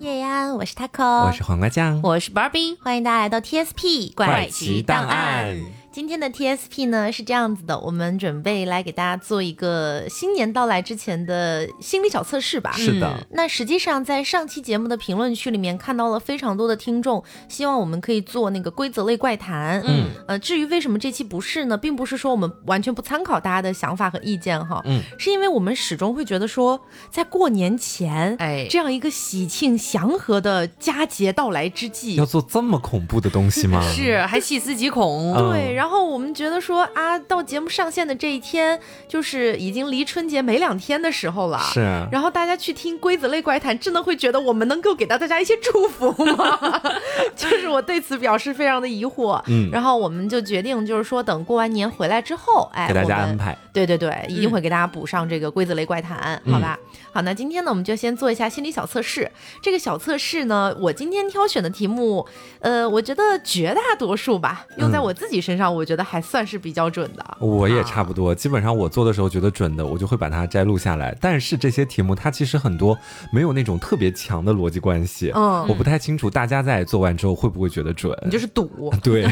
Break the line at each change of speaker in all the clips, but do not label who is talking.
夜呀，我是 Taco，
我是黄瓜酱，
我是 Barbie，
欢迎大家来到 TSP
怪奇档案。
今天的 TSP 呢是这样子的，我们准备来给大家做一个新年到来之前的心理小测试吧。
是的，
那实际上，在上期节目的评论区里面看到了非常多的听众，希望我们可以做那个规则类怪谈。
嗯，
呃，至于为什么这期不是呢，并不是说我们完全不参考大家的想法和意见哈，
嗯，
是因为我们始终会觉得说，在过年前，
哎
这样一个喜庆祥和的佳节到来之际
要，做这么恐怖的东西 吗？
是还细思极恐。
嗯
对，然后我们觉得说啊，到节目上线的这一天，就是已经离春节没两天的时候了。
是。啊
然后大家去听规则类怪谈，真的会觉得我们能够给到大家一些祝福吗？ 就是我对此表示非常的疑惑。
嗯
然后我们就决定，就是说等过完年回来之后，哎，
给大家
我们
安排。
对对对，一定会给大家补上这个规则类怪谈，好吧？好，那今天呢，我们就先做一下心理小测试。这个小测试呢，我今天挑选的题目，呃，我觉得绝大多数吧，用在我自己身上，我觉得还算是比较准的。
我也差不多，基本上我做的时候觉得准的，我就会把它摘录下来。但是这些题目它其实很多没有那种特别强的逻辑关系，
嗯
我不太清楚大家在做完之后会不会觉得准。
你就是赌，
对，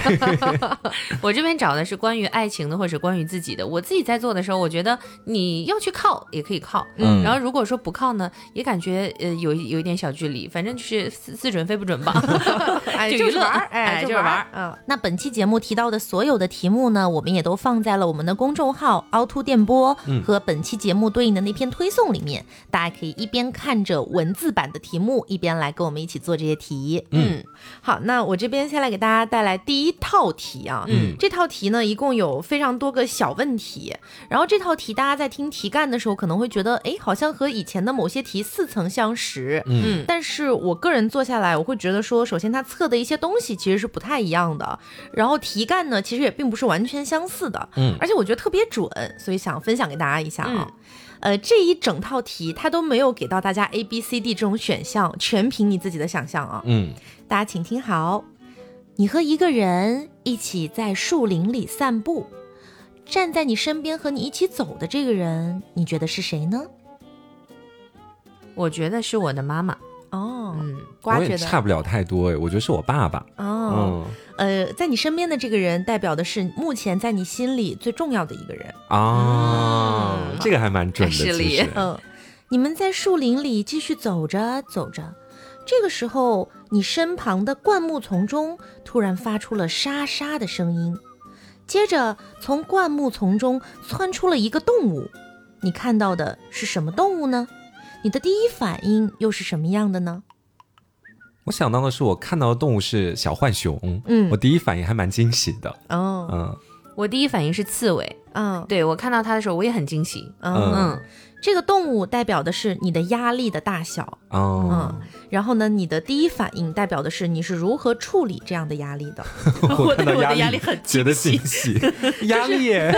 我这边找的是关于爱情的，或者关于自己的。我自己在做的时候，我觉得你要去靠也可以靠，
嗯
然后如果说不靠呢，也感觉呃有有一点小距离，反正就是似似准非不 准吧。
哎，
就
就是
娱乐
玩儿，
哎
就
就是玩
儿
儿。
嗯，那本期节目提到的所有的题目呢，我们也都放在了我们的公众号“凹凸电波”
嗯
和本期节目对应的那篇推送里面，大家可以一边看着文字版的题目，一边来跟我们一起做这些题。
嗯，
好，那我这边先来给大家带来第一套题啊，
嗯，
这套题呢一共有非常多个小问题，然后这套题大家在听题干的时候可能会觉得，哎，好像和以前的某些题似曾相识，
嗯
但是我个人做下来，我会觉得说，首先它测的一些东西其实是不太一样的，然后题干呢其实也并不是完全相似的，
嗯
而且我觉得特别准，所以想分享给大家一下啊。呃，这一整套题它都没有给到大家 A、B、C、D 这种选项，全凭你自己的想象啊。
嗯
大家请听好，你和一个人一起在树林里散步，站在你身边和你一起走的这个人，你觉得是谁呢？
我觉得是我的妈妈。
哦，
嗯，
瓜
我
觉得
也差不了太多哎，我觉得是我爸爸。
哦，
嗯
呃，在你身边的这个人，代表的是目前在你心里最重要的一个人。
啊，
嗯
这个还蛮准的，
是
其
哩
实。
嗯，你们在树林里继续走着走着，这个时候，你身旁的灌木丛中突然发出了沙沙的声音，接着从灌木丛中窜出了一个动物。你看到的是什么动物呢？你的第一反应又是什么样的呢？
我想到的是，我看到的动物是小浣熊，
嗯
我第一反应还蛮惊喜的，
哦，
嗯
我第一反应是刺猬。
嗯
对我看到它的时候，我也很惊喜。
嗯，
嗯，
这个动物代表的是你的压力的大小。
哦
嗯，，然后呢，你的第一反应代表的是你是如何处理这样的压力的，
我看
我对
到
我的
压力
压力很
觉得惊喜，压力耶，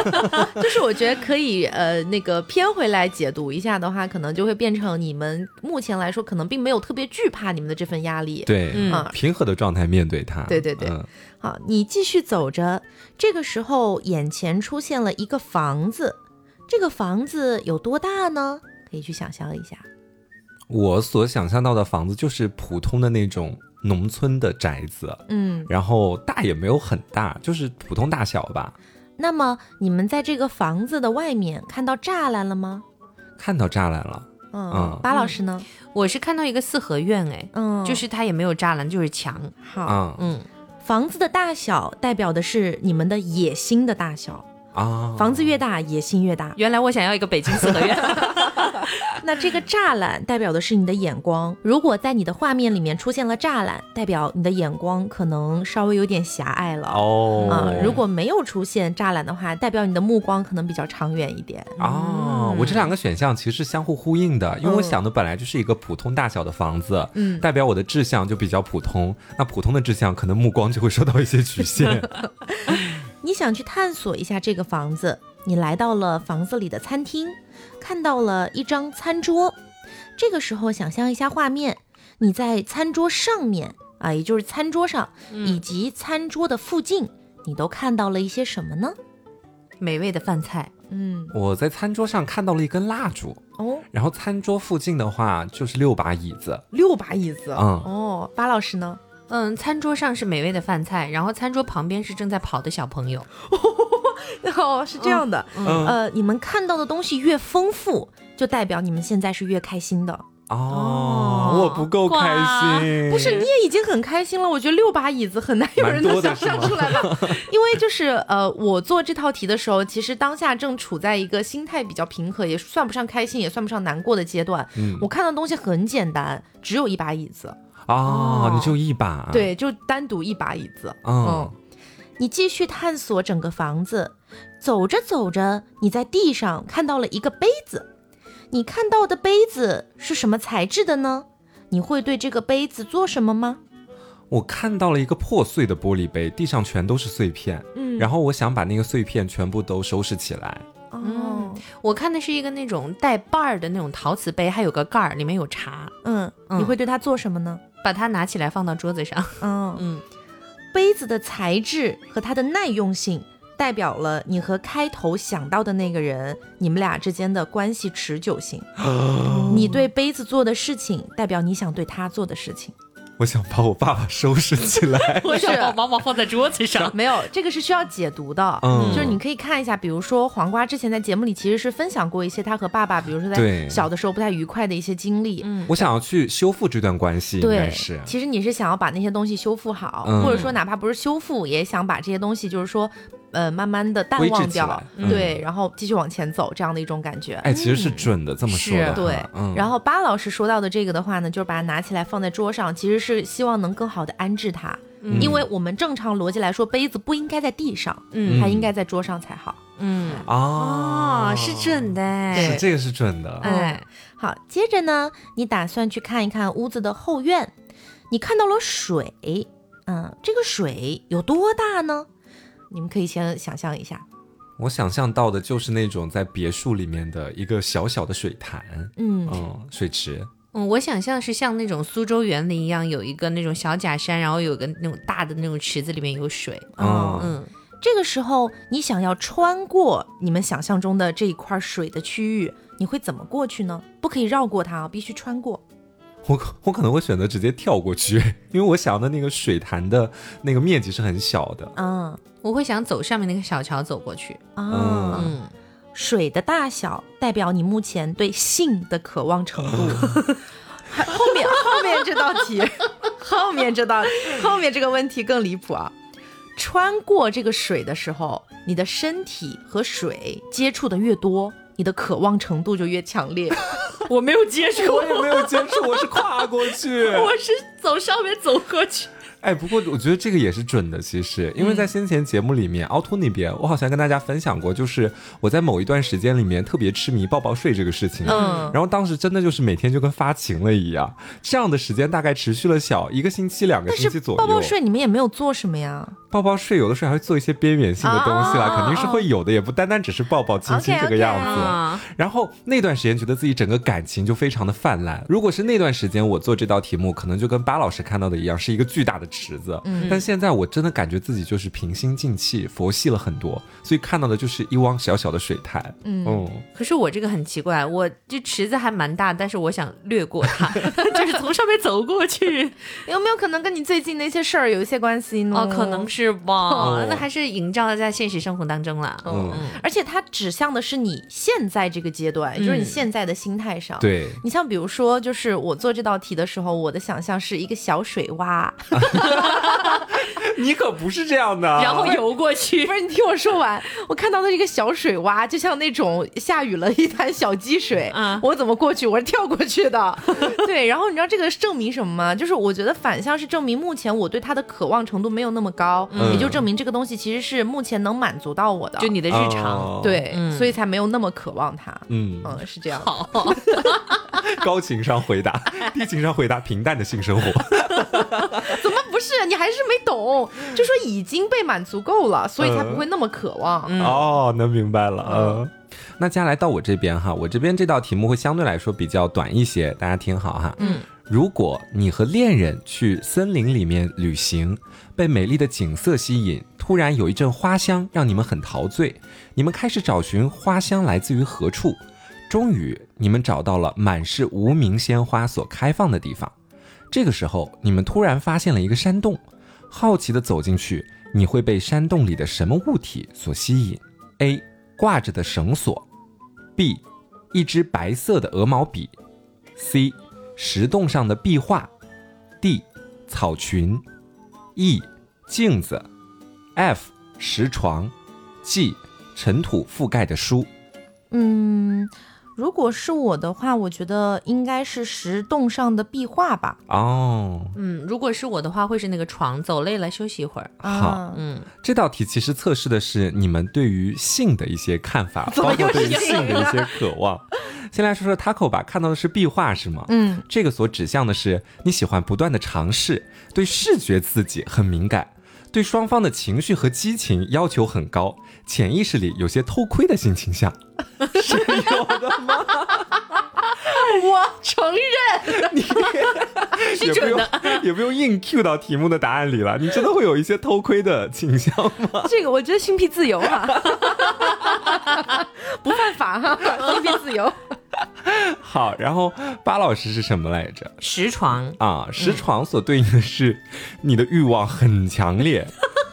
就是我觉得可以呃那个偏回来解读一下的话，可能就会变成你们目前来说可能并没有特别惧怕你们的这份压力。
对，
嗯
啊
平和的状态面对它，
对对对
嗯
好，啊你继续走着，这个时候眼前出现了一个房子，这个房子有多大呢？可以去想象一下。
我所想象到的房子就是普通的那种农村的宅子，
嗯，
然后大也没有很大，就是普通大小吧。
那么你们在这个房子的外面看到栅栏了吗？
看到栅栏了，
嗯，
嗯
巴老师呢？
我是看到一个四合院，哎，
嗯，
就是它也没有栅栏，就是墙。
好。
啊
嗯，
房子的大小代表的是你们的野心的大小，
啊，
房子越大，野心越大。
原来我想要一个北京四合院。
那这个栅栏代表的是你的眼光，如果在你的画面里面出现了栅栏，代表你的眼光可能稍微有点狭隘了。
哦，
啊、如果没有出现栅栏的话，代表你的目光可能比较长远一点。
哦，我这两个选项其实是相互呼应的，因为我
嗯
想的本来就是一个普通大小的房子，
嗯
代表我的志向就比较普通，那普通的志向可能目光就会受到一些局 限。
你想去探索一下这个房子，你来到了房子里的餐厅，看到了一张餐桌。这个时候，想象一下画面，你在餐桌上面啊，也就是餐桌上、以及餐桌的附近，你都看到了一些什么呢？
美味的饭菜，
嗯，
我在餐桌上看到了一根蜡烛，
哦，
然后餐桌附近的话就是六把椅子，
六把椅子，
嗯
哦，巴老师呢？
嗯，餐桌上是美味的饭菜，然后餐桌旁边是正在跑的小朋友。
哦，是这样的，
嗯
呃，你们看到的东西越丰富，就代表你们现在是越开心的。
哦，我不够开心，
不是，你也已经很开心了。我觉得六把椅子很难有人能想象出来吧，因为就是呃，我做这套题的时候，其实当下正处在一个心态比较平和，也算不上开心，也算不上难过的阶段。
嗯
我看到东西很简单，只有一把椅子，
哦
哦，
你只有一把，，
对，哦就单独一把椅子。
嗯
你继续探索整个房子，走着走着，你在地上看到了一个杯子。你看到的杯子是什么材质的呢？你会对这个杯子做什么吗？
我看到了一个破碎的玻璃杯，地上全都是碎片，
嗯
然后我想把那个碎片全部都收拾起来。
哦，
我看的是一个那种带把儿的那种陶瓷杯，还有个盖儿，里面有茶，
嗯，
嗯
你会对它做什么呢？
把它拿起来放到桌子上。
嗯，
嗯，
杯子的材质和它的耐用性，代表了你和开头想到的那个人，你们俩之间的关系持久性。你对杯子做的事情，代表你想对他做的事情。。
我想把我爸爸收拾起来
不是
宝宝放在桌子 上。
没有，这个是需要解读的。
嗯
就是你可以看一下，比如说黄瓜之前在节目里其实是分享过一些他和爸爸，比如说在
对
小的时候不太愉快的一些经历。
嗯，
我想要去修复这段关系，应该
对，
是
其实你是想要把那些东西修复好，
嗯
或者说哪怕不是修复，也想把这些东西就是说，呃，慢慢的淡
规制
忘
起
掉
来，。嗯
对，，然后继续往前走这样的一种感觉。
哎，其实是准的，这么说的哈，
是对
嗯，
然后巴老师说到的这个的话呢，就是把它拿起来放在桌上，其实是希望能更好的安置它，
嗯
因为我们正常逻辑来说，杯子不应该在地上，
嗯
它应该在桌上才好。
嗯，
啊，
哦，是准的
是
哎，
这个是准的，
哎，
好，接着呢，你打算去看一看屋子的后院，你看到了水，嗯，这个水有多大呢？你们可以先想象一下，
我想象到的就是那种在别墅里面的一个小小的水潭，
嗯，
嗯，水池，
嗯，我想象是像那种苏州园林一样，有一个那种小假山，然后有个那种大的那种池子，里面有水。
哦
嗯，
嗯
这个时候你想要穿过你们想象中的这一块水的区域，你会怎么过去呢？不可以绕过它啊，必须穿过。
我可我可能会选择直接跳过去， 因为我想的那个水潭的那个面积是很小的，
嗯
我会想走上面那个小桥走过去。
啊，
嗯
嗯，
水的大小代表你目前对性的渴望程度。 还后面后面这道 题，后面这道后面这个问题更离谱啊！穿过这个水的时候，你的身体和水接触的越多，你的渴望程度就越强 烈。
我没有接触，
我也没有接触，我是跨过 去。
是走上面走过去。
哎，不过我觉得这个也是准的，其实，因
嗯
为在先前节目里面，凹凸那边，我好像跟大家分享过，就是我在某一段时间里面特别痴迷抱抱睡这个事情。
嗯
然后当时真的就是每天就跟发情了一样，这样的时间大概持续了小一个星期、两个
但
星
是
期左右。
抱抱睡你们也没有做什么呀。
抱抱睡有的时候还会做一些边缘性的东西啦，
啊
肯定是会有的，也不单单只是抱抱亲亲
哦 OK，OK 嗯
这个样子。
啊，
然后那段时间觉得自己整个感情就非常的泛滥。如果是那段时间我做这道题目，可能就跟巴老师看到的一样，是一个巨大的池子。嗯，但现在我真的感觉自己就是平心静气、佛系了很多，所以看到的就是一汪小小的水潭。
嗯
可是我这个很奇怪，我这池子还蛮大，但是我想掠过它， 就是从上面走过去。
有没有可能跟你最近的一些事儿有一些关系呢？
哦，可能。是吧
哦？
那还是营造在现实生活当中啦。
嗯
而且它指向的是你现在这个阶段，也就是你
嗯
现在的心态上。。
对，
你像比如说，就是我做这道题的时候，我的想象是一个小水洼，
你可不是这样的。
然后游过去
不。是你听我说完，我看到的是一个小水洼，就像那种下雨了一滩小积水，
啊
我怎么过去？我是跳过去 的，对。然后你知道这个证明什么吗？就是我觉得反向是证明目前我对它的渴望程度没有那么高，
嗯
也就证明这个东西其实是目前能满足到我的，
就你的日常，
哦，
对，
嗯
所以才没有那么渴望它。
嗯，
嗯，是这样。
好，
高情商回答，低情商回答，平淡的性生活。
怎么不是？你还是没懂？就说已经被满足够了，所以才不会那么渴望。
嗯
哦，能明白了。嗯，那接下来到我这边哈，我这边这道题目会相对来说比较短一些，大家听好哈。
嗯，
如果你和恋人去森林里面旅行，被美丽的景色吸引，突然有一阵花香让你们很陶醉，你们开始找寻花香来自于何处。终于，你们找到了满是无名鲜花所开放的地方。这个时候，你们突然发现了一个山洞，好奇的走进去，你会被山洞里的什么物体所吸引？A. 挂着的绳索，B. 一支白色的鹅毛笔，C. 石洞上的壁画，D. 草裙，E. 镜子，F. 石床，G. 尘土覆盖的书。
嗯，如果是我的话，我觉得应该是石洞上的壁画吧。
哦，
嗯，如果是我的话，会是那个床，走累了休息一会儿。
好，
啊，
嗯，
这道题其实测试的是你们对于性的一些看法，
怎么
包
又
括对于
是
性的一些渴望。先来说说 Taco 吧，看到的是壁画是吗？
嗯，
这个所指向的是你喜欢不断的尝试，对视觉刺激很敏感，对双方的情绪和激情要求很高，潜意识里有些偷窥的性倾向。 是有的吗？
我
承认 是
也不
准
用也不用硬 Q 到题目的答案里了。你真的会有一些偷窥的倾向吗？
这个我觉得性癖自由哈、 不犯法哈、性癖自由。
好，然后巴老师是什么来着？
石床，
啊，石床所对应的是你的欲望很强 烈，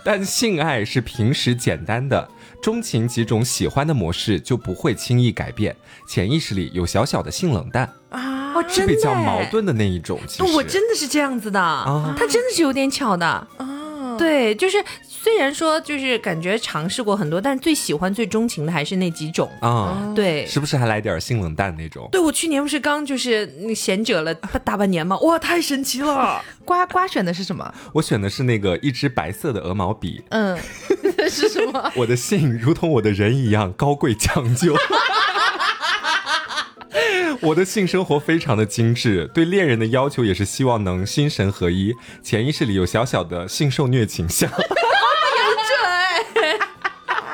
但性爱是平时简单的，钟情几种喜欢的模式就不会轻易改变，潜意识里有小小的性冷淡，
啊，
哦，
是
真的
比较
哎
矛，盾的那一种。其实
我真的是这样子的，
啊
他真的是有点巧的。
哦
对，就是虽然说就是感觉尝试过很多，但最喜欢最钟情哦的还是那几种。
啊，
对，
是不是还来点性冷淡那种？
对我去年不是刚就是那贤者了大大半年嘛，哇，太神奇了！
瓜瓜选的是什么？
我选的是那个一支白色的鹅毛笔，
嗯， 是什么？
我的性如同我的人一样高贵抢救。 我的性生活非常的精致，对恋人的要求也是希望能心神合一，潜意识里有小小的性受虐倾向。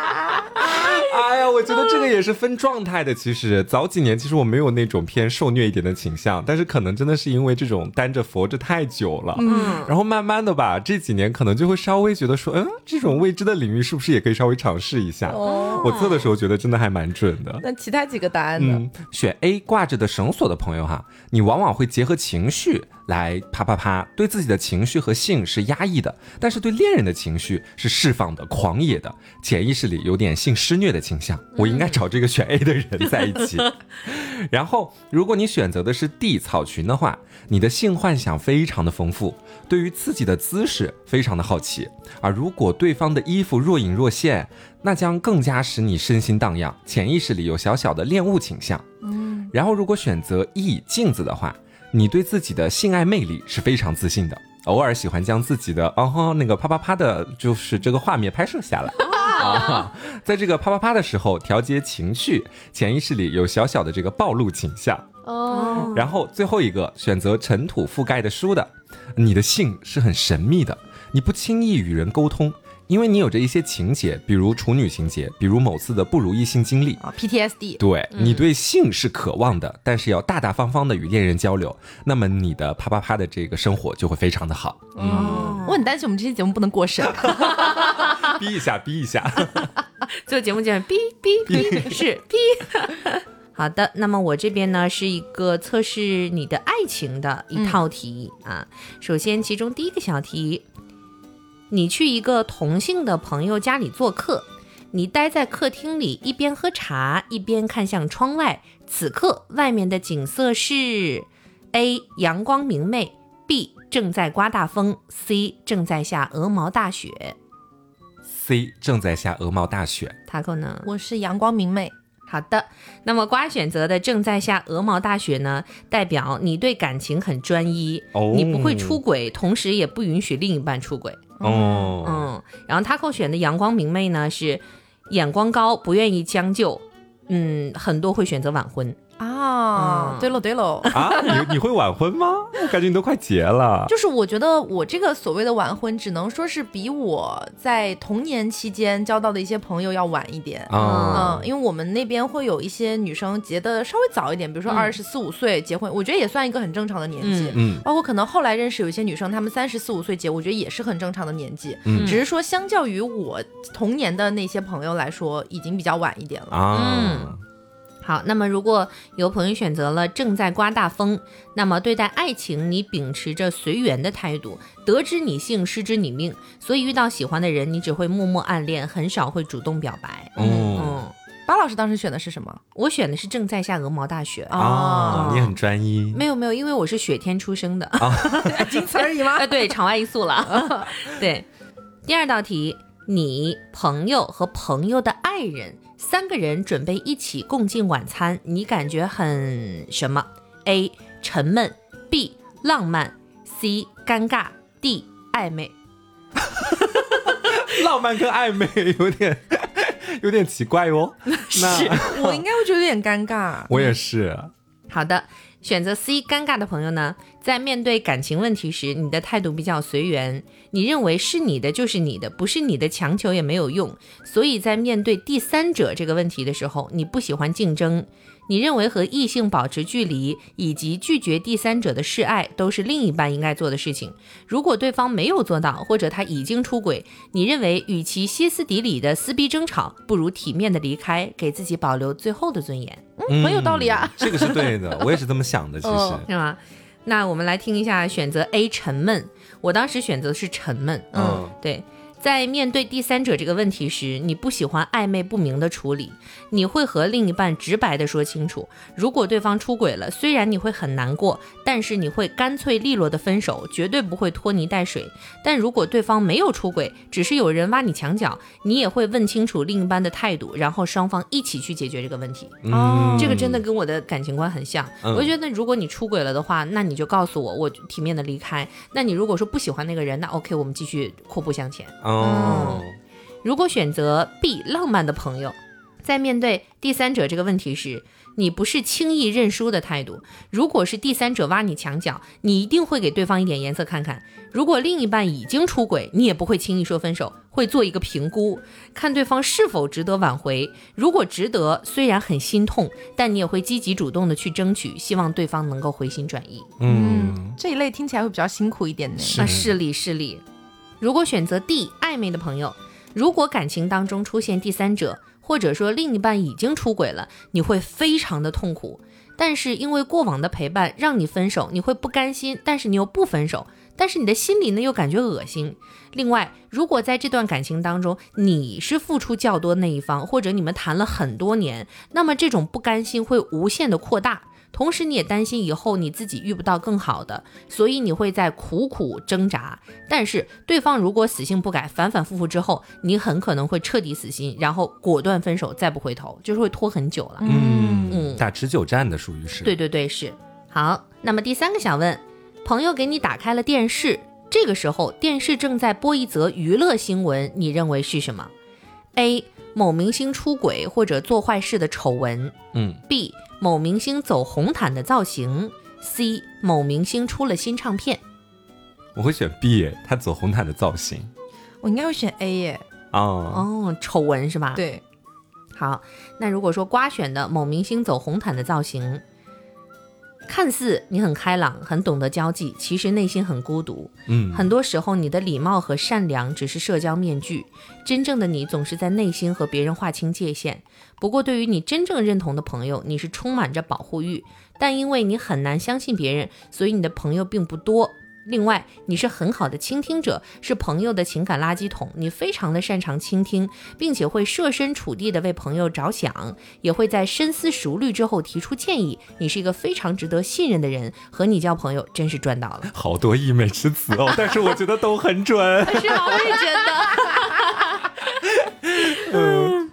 哎呀，我觉得这个也是分状态的。其实早几年，其实我没有那种偏受虐一点的倾向，但是可能真的是因为这种单着佛着太久了，嗯，然后慢慢的吧，这几年可能就会稍微觉得说，嗯，这种未知的领域是不是也可以稍微尝试一下？
哦，
我测的时候觉得真的还蛮准的。
那其他几个答案呢？哦
嗯，选 A 挂着的绳索的朋友哈，你往往会结合情绪来啪啪啪，对自己的情绪和性是压抑的，但是对恋人的情绪是释放的、狂野的，潜意识里有点性施虐的倾向。我应该找这个选 A 的人在一起。然后，如果你选择的是 D 草裙的话，你的性幻想非常的丰富，对于自己的姿势非常的好奇而啊如果对方的衣服若隐若现，那将更加使你身心荡漾，潜意识里有小小的恋物倾向。嗯，然后如果选择 E 镜子的话，你对自己的性爱魅力是非常自信的，偶尔喜欢将自己的哦吼那个啪啪啪的，就是这个画面拍摄下来。 啊，在这个啪啪啪的时候调节情绪，潜意识里有小小的这个暴露倾向。
嗯
哦，
然后最后一个选择尘土覆盖的书的，你的性是很神秘的，你不轻易与人沟通，因为你有着一些情节，比如处女情节，比如某次的不如意性经历。
啊，PTSD。
对
嗯
你对性是渴望的，但是要大大方方的与恋人交流，那么你的啪啪啪的这个生活就会非常的好。
嗯
我很担心我们这期节目不能过审。
嗯逼一下，逼一下。
做节目间哔哔哔， 是哔。 好的，那么我这边呢是一个测试你的爱情的一套题、啊。首先，其中第一个小题，你去一个同性的朋友家里做客，你待在客厅里一边喝茶一边看向窗外。此刻外面的景色是：A. 阳光明媚；B. 正在刮大风；C. 正在下鹅毛大雪。
C 正在下鹅毛大雪，
Taco 呢？
我是阳光明媚，
好的，那么瓜选择的正在下鹅毛大雪呢，代表你对感情很专一，
哦
你不会出轨，同时也不允许另一半出轨。
哦，
嗯，然后 Taco 选的阳光明媚呢是眼光高，不愿意将就，嗯，很多会选择晚婚。
啊，对喽对喽。
啊？你你会晚婚吗？我感觉你都快结 了。
就是我觉得我这个所谓的晚婚，只能说是比我在童年期间交到的一些朋友要晚一点。
啊
嗯，，因为我们那边会有一些女生结的稍微早一点，比如说二十四五岁结婚，我觉得也算一个很正常的年纪。
嗯
包括可能后来认识有一些女生，她们三十四五岁结，我觉得也是很正常的年纪。
嗯
只是说相较于我童年的那些朋友来说，已经比较晚一点了。
啊
嗯，好，那么如果有朋友选择了正在刮大风，那么对待爱情，你秉持着随缘的态度，得之你幸，失之你命。所以遇到喜欢的人，你只会默默暗恋，很少会主动表白。
哦
嗯，
巴老师当时选的是什么？
我选的是正在下鹅毛大雪。
啊，你很专一
没有没有，因为我是雪天出生的，
仅此而已吗
啊 对，场外一宿了。 对，第二道题，你朋友和朋友的爱人三个人准备一起共进晚餐，你感觉很什么？A. 沉闷，B. 浪漫，C. 尴尬，D. 暧昧。
浪漫跟暧昧有点 有点奇怪哦。那
呃我应该会觉得有点尴尬。
我也是，
好的，选择 C 尴尬的朋友呢，在面对感情问题时，你的态度比较随缘，你认为是你的就是你的，不是你的强求也没有用。所以在面对第三者这个问题的时候，你不喜欢竞争，你认为和异性保持距离以及拒绝第三者的示爱都是另一半应该做的事情。如果对方没有做到，或者他已经出轨，你认为与其歇斯底里的撕逼争吵，不如体面的离开，给自己保留最后的尊严。
嗯
很有道理啊。
这个是对的，我也是这么想的。其
哦
实，
是吗？那我们来听一下选择 A 沉闷，我当时选择的是沉闷。
嗯
对，在面对第三者这个问题时，你不喜欢暧昧不明的处理，你会和另一半直白的说清楚。如果对方出轨了，虽然你会很难过，但是你会干脆利落的分手，绝对不会拖泥带水。但如果对方没有出轨，只是有人挖你墙角，你也会问清楚另一半的态度，然后双方一起去解决这个问题。
嗯，
这个真的跟我的感情观很像。
嗯
我就觉得，如果你出轨了的话，那你就告诉我，我体面的离开。那你如果说不喜欢那个人，那 OK，我们继续阔步向前。
哦，
如果选择 B 浪漫的朋友，在面对第三者这个问题时，你不是轻易认输的态度。如果是第三者挖你墙角，你一定会给对方一点颜色看看。如果另一半已经出轨，你也不会轻易说分手，会做一个评估，看对方是否值得挽回。如果值得，虽然很心痛，但你也会积极主动的去争取，希望对方能够回心转意。
嗯，
这一类听起来会比较辛苦一点呢。
是
啊，势力势力。如果选择 D 暧昧的朋友，如果感情当中出现第三者，或者说另一半已经出轨了，你会非常的痛苦。但是因为过往的陪伴让你分手，你会不甘心，但是你又不分手，但是你的心里呢又感觉恶心。另外，如果在这段感情当中你是付出较多那一方，或者你们谈了很多年，那么这种不甘心会无限的扩大。同时，你也担心以后你自己遇不到更好的，所以你会在苦苦挣扎。但是对方如果死性不改，反反复复之后，你很可能会彻底死心，然后果断分手，再不回头，就是会拖很久了。
嗯，
嗯
打持久战的属于是，
对，对对，是。好，那么第三个想问，朋友给你打开了电视，这个时候电视正在播一则娱乐新闻，你认为是什么？A. 某明星出轨或者做坏事的丑闻
嗯，
；B. 某明星走红毯的造型；C. 某明星出了新唱片。
我会选 B，他走红毯的造型
我应该会选 A 耶。
啊，
哦，丑闻是吧？。
对，
好，那如果说瓜选的某明星走红毯的造型，看似你很开朗，很懂得交际，其实内心很孤独。
嗯，
很多时候，你的礼貌和善良只是社交面具，真正的你总是在内心和别人划清界限。不过，对于你真正认同的朋友，你是充满着保护欲，但因为你很难相信别人，所以你的朋友并不多。另外，你是很好的倾听者，是朋友的情感垃圾桶，你非常的擅长倾听，并且会设身处地的为朋友着想，也会在深思熟虑之后提出建议。你是一个非常值得信任的人，和你交朋友真是赚到了。
好多溢美之词哦，但是我觉得都很准。
是吗？我也觉得。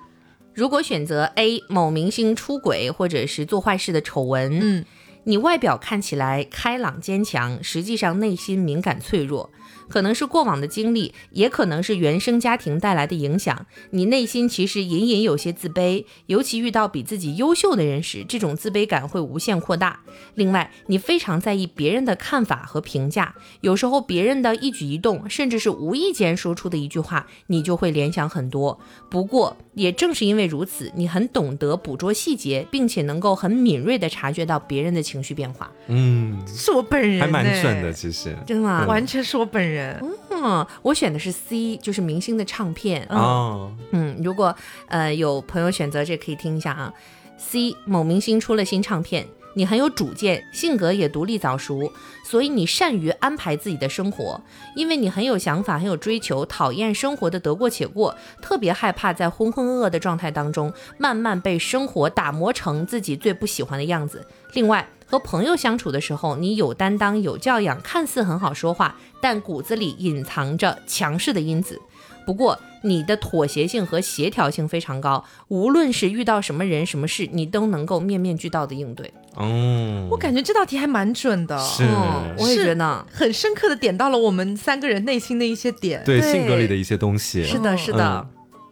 如果选择 A 某明星出轨或者是做坏事的丑闻，
嗯，
你外表看起来开朗坚强，实际上内心敏感脆弱，可能是过往的经历，也可能是原生家庭带来的影响。你内心其实隐隐有些自卑，尤其遇到比自己优秀的人时，这种自卑感会无限扩大。另外，你非常在意别人的看法和评价，有时候别人的一举一动，甚至是无意间说出的一句话，你就会联想很多。不过，也正是因为如此，你很懂得捕捉细节，并且能够很敏锐地察觉到别人的情绪变化。
嗯，
是我本人、
还蛮准的，，嗯其实。
真的吗？
完全是我本人。
嗯，我选的是 C，就是明星的唱片。
哦，
嗯，如果呃有朋友选择这可以听一下啊。C 某明星出了新唱片，你很有主见，性格也独立早熟，所以你善于安排自己的生活，因为你很有想法，很有追求，讨厌生活的得过且过，特别害怕在浑浑噩噩的状态当中，慢慢被生活打磨成自己最不喜欢的样子。另外，和朋友相处的时候，你有担当、有教养，看似很好说话，但骨子里隐藏着强势的因子。不过，你的妥协性和协调性非常高，无论是遇到什么人、什么事，你都能够面面俱到的应对。
嗯，
我感觉这道题还蛮准的，
是
嗯，我也
是
觉得
很深刻的点到了我们三个人内心的一些点。
对
对
性格里的一些东西，
是的，
嗯
是的。哦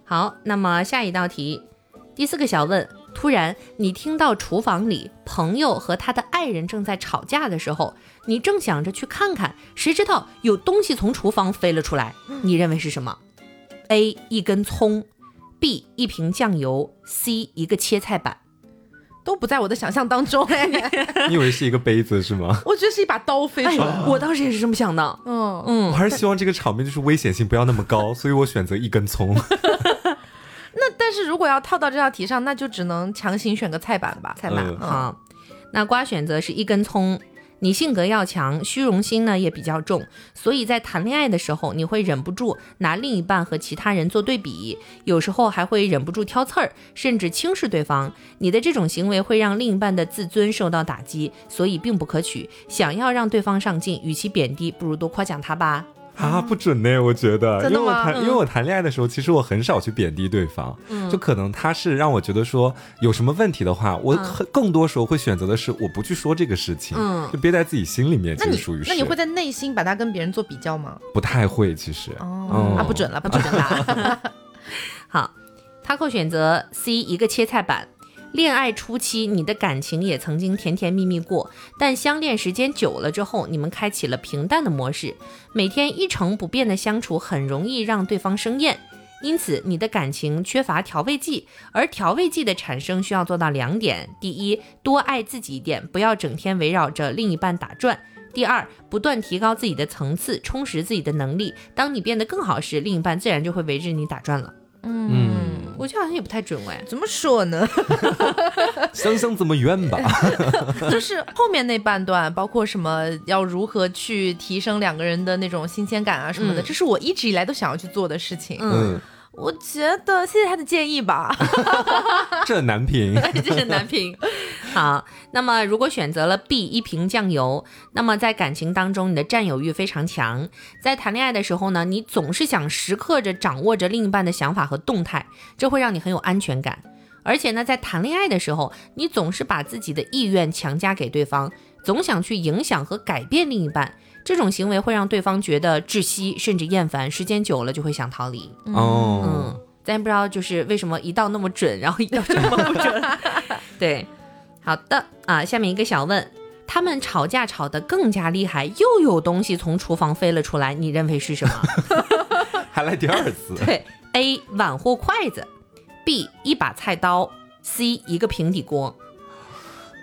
好，那么下一道题，第四个小问：突然你听到厨房里朋友和他的爱人正在吵架的时候，你正想着去看看，谁知道有东西从厨房飞了出来，你认为是什么？A 一根葱，B 一瓶酱油，C 一个切菜板。
都不在我的想象当 中，哎
你以为是一个杯子是吗？
我觉得是一把刀飞
哎
出来。，
我当时也是这么想的。
嗯，
我
嗯，
还是希望这个场面就是危险性不要那么高，所以我选择一 根葱。
那但是如果要套到这道题上，那就只能强行选个菜板吧。
菜板
嗯
好，那瓜选择是一根葱。你性格要强，虚荣心呢也比较重，所以在谈恋爱的时候，你会忍不住拿另一半和其他人做对比，有时候还会忍不住挑刺儿，甚至轻视对方。你的这种行为会让另一半的自尊受到打击，所以并不可取。想要让对方上进，与其贬低，不如多夸奖他吧。
啊，不准呢、我觉得，
真的
因为我
吗嗯
谈，因为我谈恋爱的时候，其实我很少去贬低对方，就可能他是让我觉得说有什么问题的话，我
嗯
很更多时候会选择的是我不去说这个事情，
嗯
就憋在自己心里面，
那
其实
你
属于是，
那你会在内心把它跟别人做比较吗？
不太会，其实，
哦
嗯
啊，不准了，不准了。
好，Taco 选择 C 一个切菜板。恋爱初期，你的感情也曾经甜甜蜜蜜过，但相恋时间久了之后，你们开启了平淡的模式，每天一成不变的相处，很容易让对方生厌。因此，你的感情缺乏调味剂，而调味剂的产生需要做到两点：第一，多爱自己一点，不要整天围绕着另一半打转；第二，不断提高自己的层次，充实自己的能力。当你变得更好时，另一半自然就会围着你打转了。
嗯，
我觉得好像也不太准哎。
怎么说呢？
想想怎么冤吧，
就是后面那半段，包括什么要如何去提升两个人的那种新鲜感啊什么的，
嗯
这是我一直以来都想要去做的事情。
嗯，
嗯，
我觉得谢谢他的建议吧。
这难评，
这是难评。 好，那么如果选择了 B 一瓶酱油，那么在感情当中，你的占有欲非常强。在谈恋爱的时候呢，你总是想时刻着掌握着另一半的想法和动态，这会让你很有安全感。而且呢，在谈恋爱的时候，你总是把自己的意愿强加给对方，总想去影响和改变另一半。这种行为会让对方觉得窒息，甚至厌烦，时间久了就会想逃离。
哦，
嗯，咱也不知道就是为什么一到那么准，然后一到这么不 准。对，好的啊，下面一个小问，他们吵架吵得更加厉害，又有东西从厨房飞了出来，你认为是什么？
还来第二 次，
对，A 碗或筷子，B 一把菜刀，C 一个平底锅。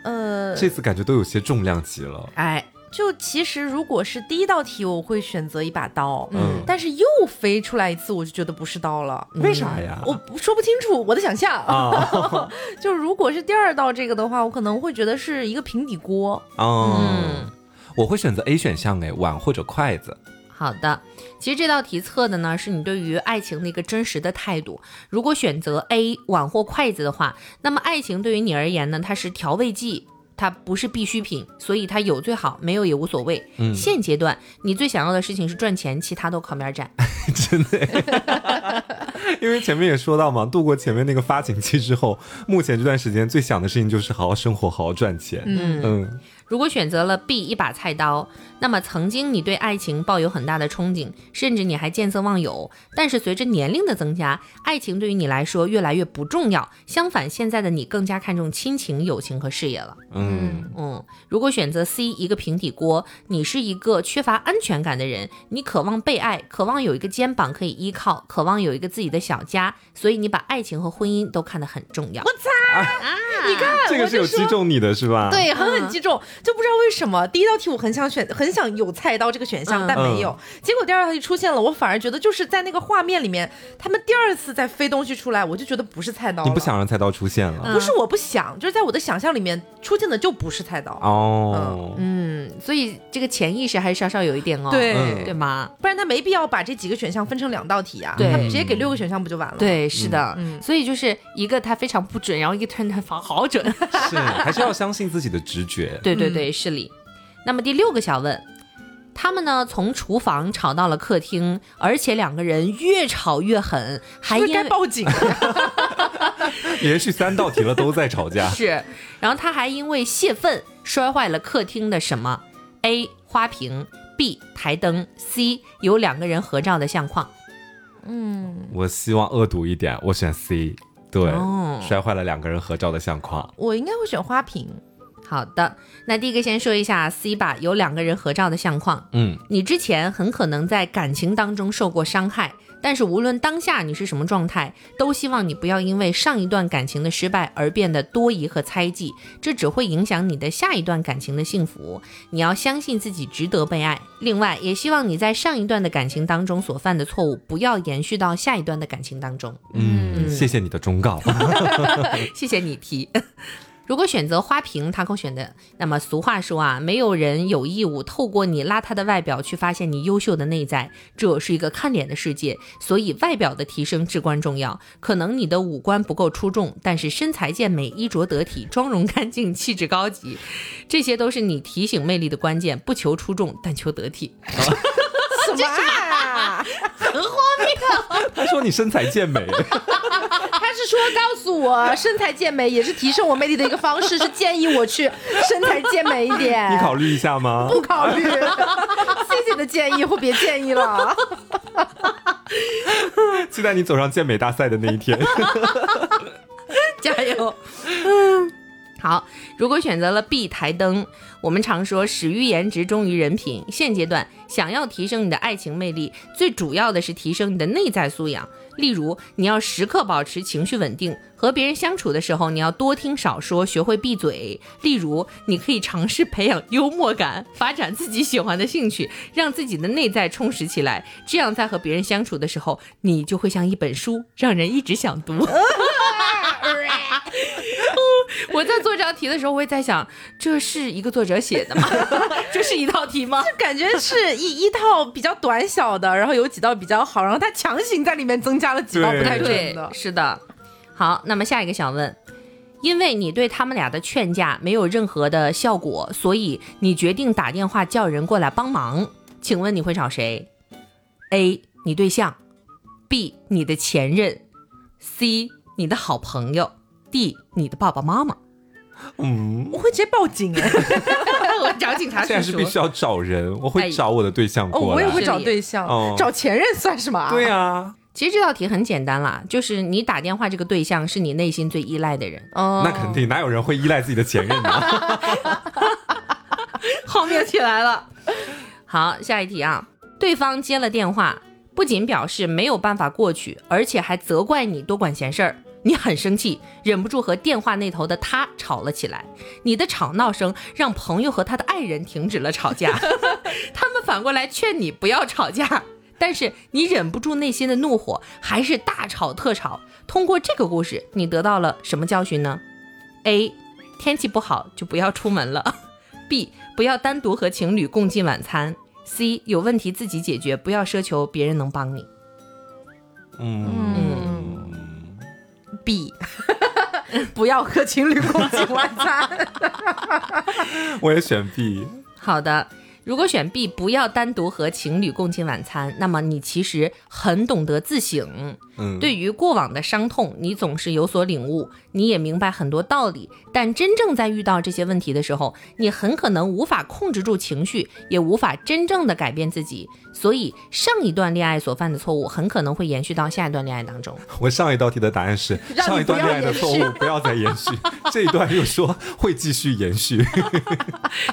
呃，
这次感觉都有些重量级了，
哎，
就其实如果是第一道题，我会选择一把刀，
嗯
但是又飞出来一次，我就觉得不是刀了。
为啥呀？
我不说不清楚我的想象，
啊
就如果是第二道这个的话，我可能会觉得是一个平底锅。
嗯，我会选择 A 选项，哎，碗或者筷子，
好的，其实这道题测的呢是你对于爱情的一个真实的态度。如果选择 A 碗或筷子的话，那么爱情对于你而言呢，它是调味剂。它不是必需品，所以它有最好，没有也无所谓。
嗯
现阶段你最想要的事情是赚钱，其他都靠边站。
真的耶， 因为前面也说到嘛，度过前面那个发情期之后，目前这段时间最想的事情就是好好生活，好好赚钱。
嗯
嗯，
如果选择了 B 一把菜刀，那么曾经你对爱情抱有很大的憧憬，甚至你还见色忘友。但是随着年龄的增加，爱情对于你来说越来越不重要。相反，现在的你更加看重亲情、友情和事业了。
嗯，
嗯，如果选择 C 一个平底锅，你是一个缺乏安全感的人，你渴望被爱，渴望有一个肩膀可以依靠，渴望有一个自己的小家，所以你把爱情和婚姻都看得很重要。我操啊！你看，
这个是有击中你的是吧？，
嗯对，狠狠击中，就不知道为什么第一道题我很想选，很想有菜刀这个选项，
嗯
但没有。结果第二道题出现了，我反而觉得就是在那个画面里面，他们第二次再飞东西出来，我就觉得不是菜刀了。
你不想让菜刀出现了、
嗯
不是我不想，就是在我的想象里面出现的就不是菜刀。
哦。
嗯，所以这个潜意识还是稍稍有一点哦，
对、
嗯
对吗？
不然他没必要把这几个选项分成两道题啊，
对
他直接给六个选项不就完了？，
对，是的，
嗯
所以就是一个他非常不准，然后一个突然他反而好准，嗯
是，还是要相信自己的直觉。
对对对，是理。那么第六个小问，他们呢从厨房吵到了客厅，而且两个人越吵越狠，还
是不
因
是该
为。
报警？
连续三道题了，都在吵架
是，然后他还因为泄愤摔坏了客厅的什么？A 花瓶，B 台灯，C 有两个人合照的相框。
嗯，
我希望恶毒一点，我选 C。对，
哦
摔坏了两个人合照的相框。
我应该会选花瓶。
好的，那第一个先说一下 C 吧，有两个人合照的相框。
嗯，
你之前很可能在感情当中受过伤害，但是无论当下你是什么状态，都希望你不要因为上一段感情的失败而变得多疑和猜忌，这只会影响你的下一段感情的幸福。你要相信自己值得被爱。另外，也希望你在上一段的感情当中所犯的错误不要延续到下一段的感情当中。
嗯，谢谢你的忠告。
谢谢你提。 如果选择花瓶，他可选的。那么俗话说啊，没有人有义务透过你邋遢的外表去发现你优秀的内在，这是一个看脸的世界，所以外表的提升至关重要。可能你的五官不够出众，但是身材健美、衣着得体、妆容干净、气质高级，这些都是你提醒魅力的关键。不求出众，但求得体。
什么啊？
他说你身材健美，
他是说告诉我身材健美也是提升我魅力的一个方式，是建议我去身材健美一点。
你考虑一下吗？
不考虑？ 谢谢的建议，或别建议 了。
期待你走上健美大赛的那一天。
加油！好，如果选择了 B 台灯，我们常说始于颜值，忠于人品。现阶段想要提升你的爱情魅力，最主要的是提升你的内在素养。例如，你要时刻保持情绪稳定，和别人相处的时候，你要多听少说，学会闭嘴。例如，你可以尝试培养幽默感，发展自己喜欢的兴趣，让自己的内在充实起来。这样，在和别人相处的时候，你就会像一本书，让人一直想读。 我在做这道题的时候，我也在想，这是一个作者写的 吗？这是一道题吗？
感觉是一一套比较短小的，然后有几道比较好，然后他强行在里面增加了几道不太准
哎对
的，。
是的。好，那么下一个想问，因为你对他们俩的劝架没有任何的效果，所以你决定打电话叫人过来帮忙。请问你会找谁？A. 你对象，B. 你的前任，C. 你的好朋友，D. 你的爸爸妈妈。
嗯，
我会直接报警哎！
我找警察
现在是必须要找人，我会找我的对象
哦，
过
我
来。
也会找对象
哦，
找前任算什么？
对啊，
其实这道题很简单啦，就是你打电话这个对象是你内心最依赖的人，
哦
那肯定哪有人会依赖自己的前任呢？
荒谬起来了。好，下一题啊，对方接了电话，不仅表示没有办法过去，而且还责怪你多管闲事儿。你很生气，忍不住和电话那头的他吵了起来。你的吵闹声让朋友和他的爱人停止了吵 架，他们反过来劝你不要吵架，但是你忍不住内心的怒火，还是大吵特吵。通过这个故事，你得到了什么教训呢？A，天气不好就不要出门了。B 不要单独和情侣共进晚餐。C 有问题自己解决，不要奢求别人能帮你。
嗯，
B，不要和 情侣共进晚餐。
我也选 B。
好的，如果选 B，不要单独和情侣共进晚餐，那么你其实很懂得自省。
嗯，
对于过往的伤痛，你总是有所领悟，你也明白很多道理。但真正在遇到这些问题的时候，你很可能无法控制住情绪，也无法真正的改变自己。所以，上一段恋爱所犯的错误，很可能会延续到下一段恋爱当中。
我上一道题的答案是
让你
上一段
不要
恋爱的
延
错
续
误不要再延续，这一段又说会继续延续。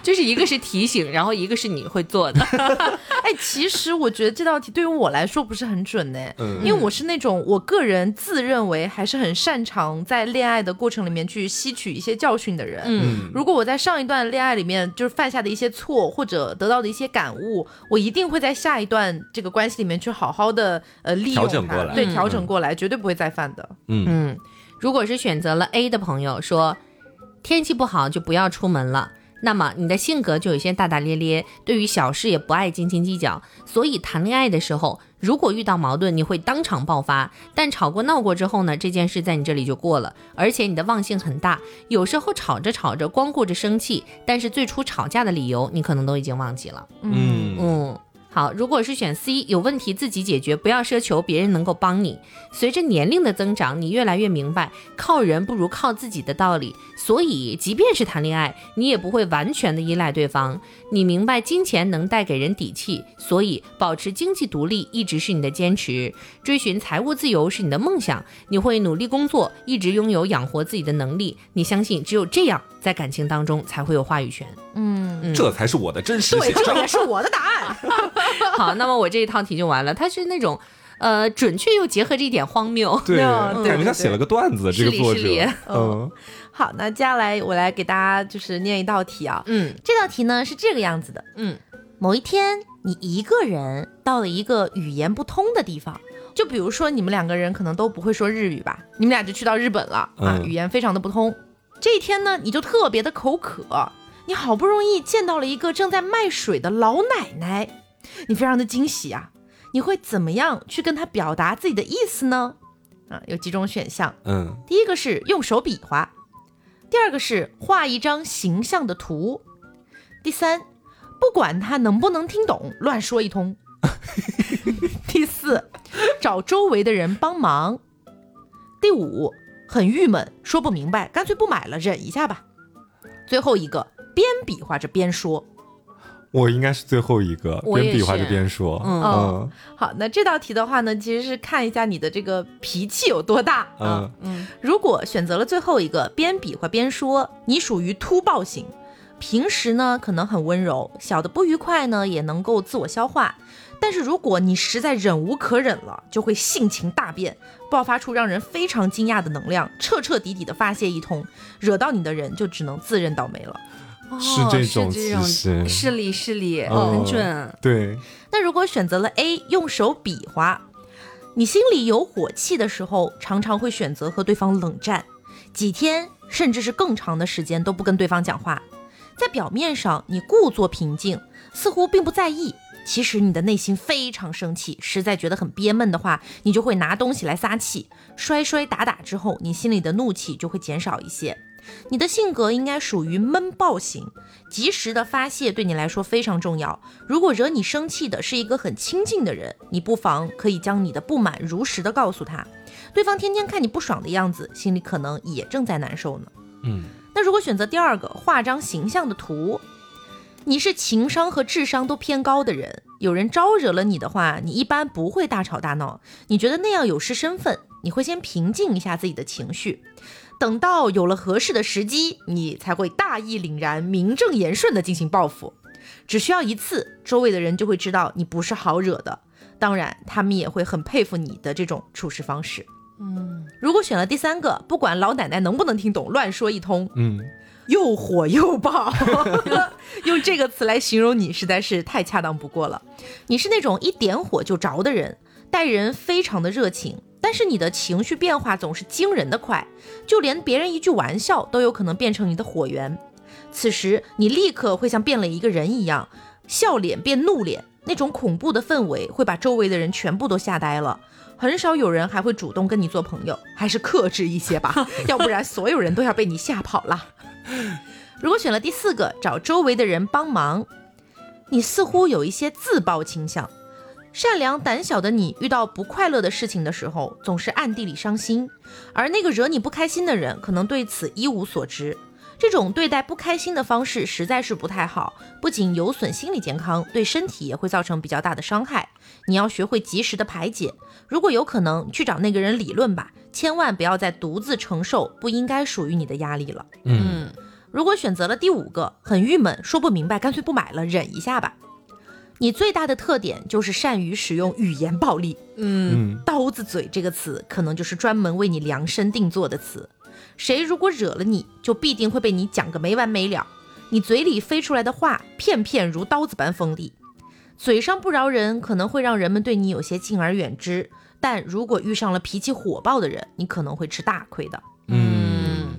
就是一个是提醒， 然后一个是你会做的。
哎，其实我觉得这道题对于我来说不是很准呢、
嗯
因为我是那种我个人自认为还是很擅长在恋爱的过程里面去吸取一些教训的人。
嗯，
如果我在上一段恋爱里面就是犯下的一些错或者得到的一些感悟，我一定会在下一段这个关系里面去好好的呃利用它
调整过来
对，
嗯
调整过来，绝对不会再犯的。
嗯，
嗯，如果是选择了 A 的朋友说天气不好就不要出门了，那么你的性格就有些大大咧咧，对于小事也不爱斤斤计较，所以谈恋爱的时候，如果遇到矛盾，你会当场爆发。但吵过闹过之后呢，这件事在你这里就过了，而且你的忘性很大，有时候吵着吵着光顾着生气，但是最初吵架的理由你可能都已经忘记了。
嗯
嗯，好，如果是选 C，有问题自己解决，不要奢求别人能够帮你。随着年龄的增长，你越来越明白靠人不如靠自己的道理，所以即便是谈恋爱，你也不会完全的依赖对方。你明白金钱能带给人底气，所以保持经济独立一直是你的坚持。追寻财务自由是你的梦想，你会努力工作，一直拥有养活自己的能力。你相信只有这样，在感情当中才会有话语权。
这才是我的真实
对，
写
这
照
也。是我的答案。
好，那么我这一套题就完了。它是那种，呃，准确又结合着一点荒谬。
对，
嗯对
感觉像写了个段子。这
是
个
理
作
是
者
理，
嗯，
好，那接下来我来给大家就是念一道题啊，
嗯
这道题呢是这个样子的：
嗯
某一天，你一个人到了一个语言不通的地方，
就比如说你们两个人可能都不会说日语吧，你们俩就去到日本了、啊，
嗯
语言非常的不通。
这一天呢你就特别的口渴，
你好不容易见到了一个正在卖水的老奶奶，你非常的惊喜啊！
你会怎么样去跟他表达自己的意思呢？
啊，有几种选项，
嗯，
第一个是用手比划，第二个是画一张形象的图，
第三，不管他能不能听懂，乱说一通。 第四，找周围的人帮忙。第五，很郁闷，说不明白，干脆不买了，忍一下吧。最后一个，边比划着边说。
我应该是最后一个，
我
边
也
比划
是
着边说。
嗯
嗯
哦好，那这道题的话呢，其实是看一下你的这个脾气有多大啊。
嗯
嗯
如果选择了最后一个，边比划边说，你属于突爆型。平时呢，可能很温柔，小的不愉快呢也能够自我消化。但是如果你实在忍无可忍了，就会性情大变，爆发出让人非常惊讶的能量，彻彻底底的发泄一通，惹到你的人就只能自认倒霉了。
是这种
哦是
其
这
实
种，是理是理，
嗯
很准。
对，
那如果选择了 A，用手比划，你心里有火气的时候，常常会选择和对方冷战，几天甚至是更长的时间都不跟对方讲话。在表面上，你故作平静，似乎并不在意，其实你的内心非常生气。实在觉得很憋闷的话，你就会拿东西来撒气，摔摔打打之后，你心里的怒气就会减少一些。你的性格应该属于闷爆型，及时的发泄对你来说非常重要。如果惹你生气的是一个很亲近的人，你不妨可以将你的不满如实的告诉他。对方天天看你不爽的样子，心里可能也正在难受呢。
嗯，
那如果选择第二个，画张形象的图，你是情商和智商都偏高的人，有人招惹了你的话，你一般不会大吵大闹，你觉得那样有失身份，你会先平静一下自己的情绪，等到有了合适的时机，你才会大义凛然、名正言顺的进行报复。只需要一次，周围的人就会知道你不是好惹的。当然，他们也会很佩服你的这种处事方式。嗯，如果选了第三个，不管老奶奶能不能听懂，乱说一通，
嗯，
又火又爆， 用这个词来形容你实在是太恰当不过了。你是那种一点火就着的人，待人非常的热情，但是你的情绪变化总是惊人的快，就连别人一句玩笑都有可能变成你的火源。此时，你立刻会像变了一个人一样，笑脸变怒脸，那种恐怖的氛围会把周围的人全部都吓呆了。很少有人还会主动跟你做朋友，还是克制一些 吧，要不然所有人都要被你吓跑了。如果选了第四个，找周围的人帮忙，你似乎有一些自暴倾向。善良胆小的你，遇到不快乐的事情的时候，总是暗地里伤心，而那个惹你不开心的人，可能对此一无所知。这种对待不开心的方式实在是不太好，不仅有损心理健康，对身体也会造成比较大的伤害。你要学会及时的排解，如果有可能，去找那个人理论吧，千万不要再独自承受不应该属于你的压力了。
嗯，
如果选择了第五个，很郁闷，说不明白，干脆不买了，忍一下吧。你最大的特点就是善于使用语言暴力，
嗯
嗯，
刀子嘴这个词可能就是专门为你量身定做的词。谁如果惹了你，就必定会被你讲个没完没了。你嘴里飞出来的话，片片如刀子般锋利。嘴上不饶人，可能会让人们对你有些敬而远之。但如果遇上了脾气火爆的人，你可能会吃大亏的。
嗯，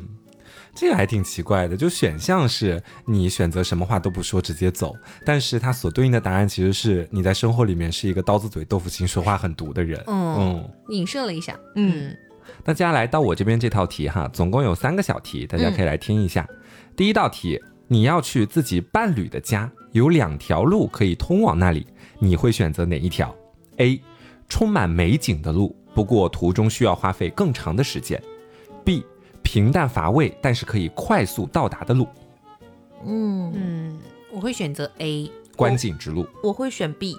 这个还挺奇怪的，就选项是你选择什么话都不说直接走，但是它所对应的答案其实是你在生活里面是一个刀子嘴豆腐心、说话很毒的人。
嗯
嗯，
影射了一下，
嗯
那接下来到我这边这套题哈，总共有三个小题，大家可以来听一下。第一道题，你要去自己伴侣的家，有两条路可以通往那里，你会选择哪一条？A. 充满美景的路，不过途中需要花费更长的时间。B. 平淡乏味，但是可以快速到达的路，
嗯，
嗯，我会选择 A，
观景之路。
我会选 B。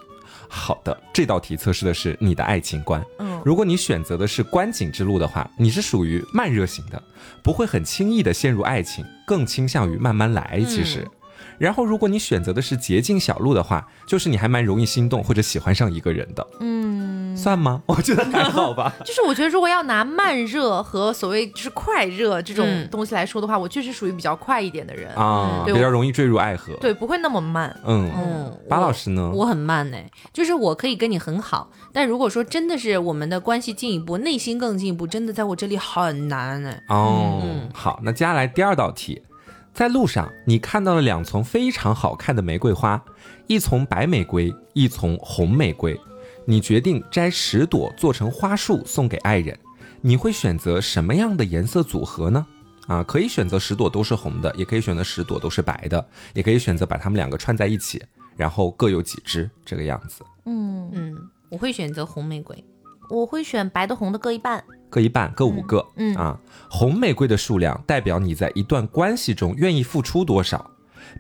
好的，这道题测试的是你的爱情观。
嗯
如果你选择的是观景之路的话，你是属于慢热型的，不会很轻易的陷入爱情，更倾向于慢慢来。其实，
嗯
然后如果你选择的是捷径小路的话，就是你还蛮容易心动或者喜欢上一个人的，
嗯，
算吗？我觉得还好吧。
就是我觉得，如果要拿慢热和所谓就是快热这种
嗯
东西来说的话，我确实属于比较快一点的人，
啊，
对
比较容易坠入爱河。，
对，不哦会那么慢。
嗯，
嗯，
巴老
我
师呢？
我很慢哎、就是我可以跟你很好，但如果说真的是我们的关系进一步，内心更进一步，真的在我这里很难哎、
哦，
嗯
好，那接下来第二道题，在路上你看到了两丛非常好看的玫瑰花，一丛白玫瑰，一丛红玫瑰，你决定摘十朵做成花束送给爱人，你会选择什么样的颜色组合呢？啊，可以选择十朵都是红的，也可以选择十朵都是白的，也可以选择把它们两个串在一起，然后各有几只这个样子，
嗯，
嗯，我会选择红玫瑰，
我会选白的红的各一半。
各一半，各五个。
嗯
啊，红玫瑰的数量代表你在一段关系中愿意付出多少，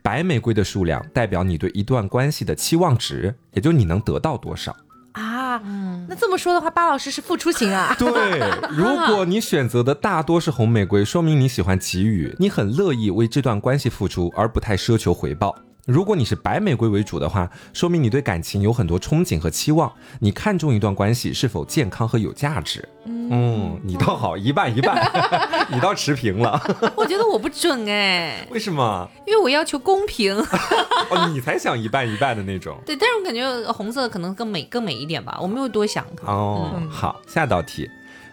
白玫瑰的数量代表你对一段关系的期望值，也就你能得到多少。。
啊，那这么说的话，巴老师是付出型啊
对，如果你选择的大多是红玫瑰，说明你喜欢给予，你很乐意为这段关系付出，而不太奢求回报。如果你是白玫瑰为主的话，说明你对感情有很多憧憬和期望，你看重一段关系是否健康和有价值。嗯，你倒好，一半一半， 你倒持平了。
我觉得我不准哎、
为什么？
因为我要求公平。 。
哦，你才想一半一半的那种
对，但是我感觉红色可能更美更美一点吧，我没有多想。
哦，
嗯
好，下道题，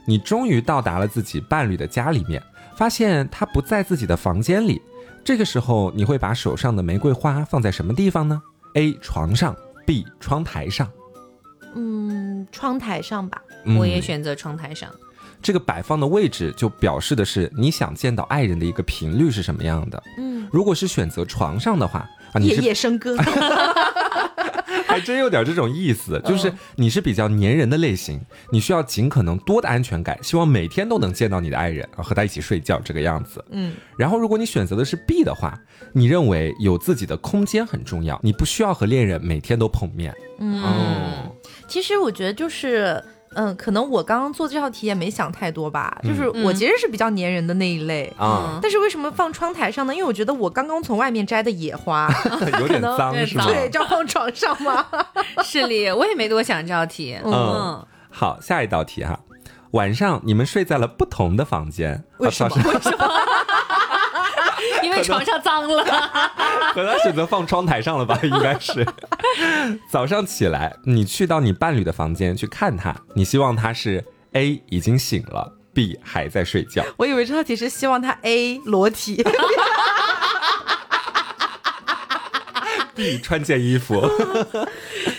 你终于到达了自己伴侣的家里面，发现他不在自己的房间里。这个时候，你会把手上的玫瑰花放在什么地方呢？A. 床上，B. 窗台上。
嗯，窗台上吧。
嗯
我也选择窗 台上，
这个摆放的位置，就表示的是你想见到爱人的一个频率是什么样的。
嗯，
如果是选择床上的话，啊，你
夜
是
夜笙 歌。
还真有点这种意思，就是你是比较粘人的类型，你需要尽可能多的安全感，希望每天都能见到你的爱人，啊和他一起睡觉这个样子。
嗯
然后，如果你选择的是 B 的话，你认为有自己的空间很重要，你不需要和恋人每天都碰面。
嗯，
哦，
其实我觉得就是。嗯，可能我刚刚做这道题也没想太多吧，
嗯
就是我其实是比较粘人的那一类，
啊，
但是为什么放窗台上呢？因为我觉得我刚刚从外面摘的野花，
有点脏
可能
是吗？
对，这要放床上吗？
是哩，我也没多想这道题。
嗯，好，下一道题哈，晚上你们睡在了不同的房间，
为什么
啊早上
因为床上脏了。
嗯 可能选择放窗台上了吧， 应该是。早上起来，你去到你伴侣的房间去看他，你希望他是 A 已经醒了，B 还在睡 觉。
我以为这道题是 希望他 A 裸体，
B 穿件衣服。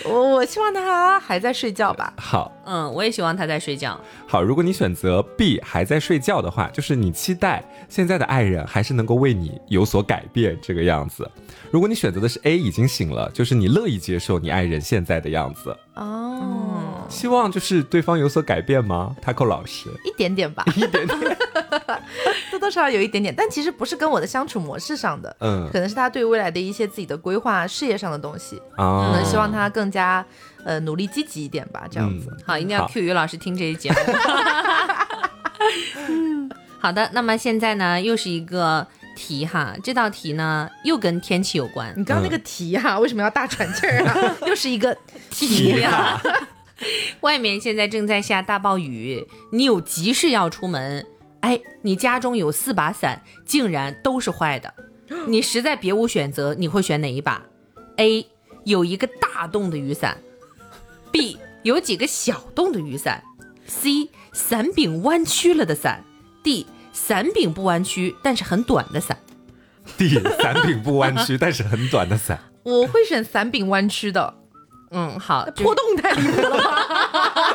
我我希望他还在睡觉吧。
好
嗯，我也希望他在睡觉。
好，如果你选择 B 还在睡觉的话，就是你期待现在的爱人还是能够为你有所改变这个样子。如果你选择的是 A 已经醒了，就是你乐意接受你爱人现在的样子，
哦，
希望就是对方有所改变吗？Taco 老 师，
一点点吧，一点点，多多少少有一点点，但其实不是跟我的相处模式上的，
嗯
可能是他对未来的一些自己的规划、事业上的东西， 可
啊，嗯
能希望他更加呃努力积极一点吧，这样子。
好，一定要
好
Q 于老师听这 一节目。嗯好的，那么现在呢，又是一个题哈，这道题呢又跟天气有关。
你刚刚那个题
嗯
哈、为什么要大喘气儿啊？ 又是一个
题
题
啊，
外面现在正在下大暴雨，你有急事要出门，哎，你家中有四把伞，竟然都是坏的，你实在别无选择，你会选哪一把？A 有一个大洞的雨伞，B 有几个小洞的雨伞，C 伞柄弯曲了的伞，D 伞柄不弯曲但是很短的伞。
D 伞柄不弯曲，但是很短的 伞。
我会选伞柄弯曲的，
嗯，好，就是
破洞太离谱了吧？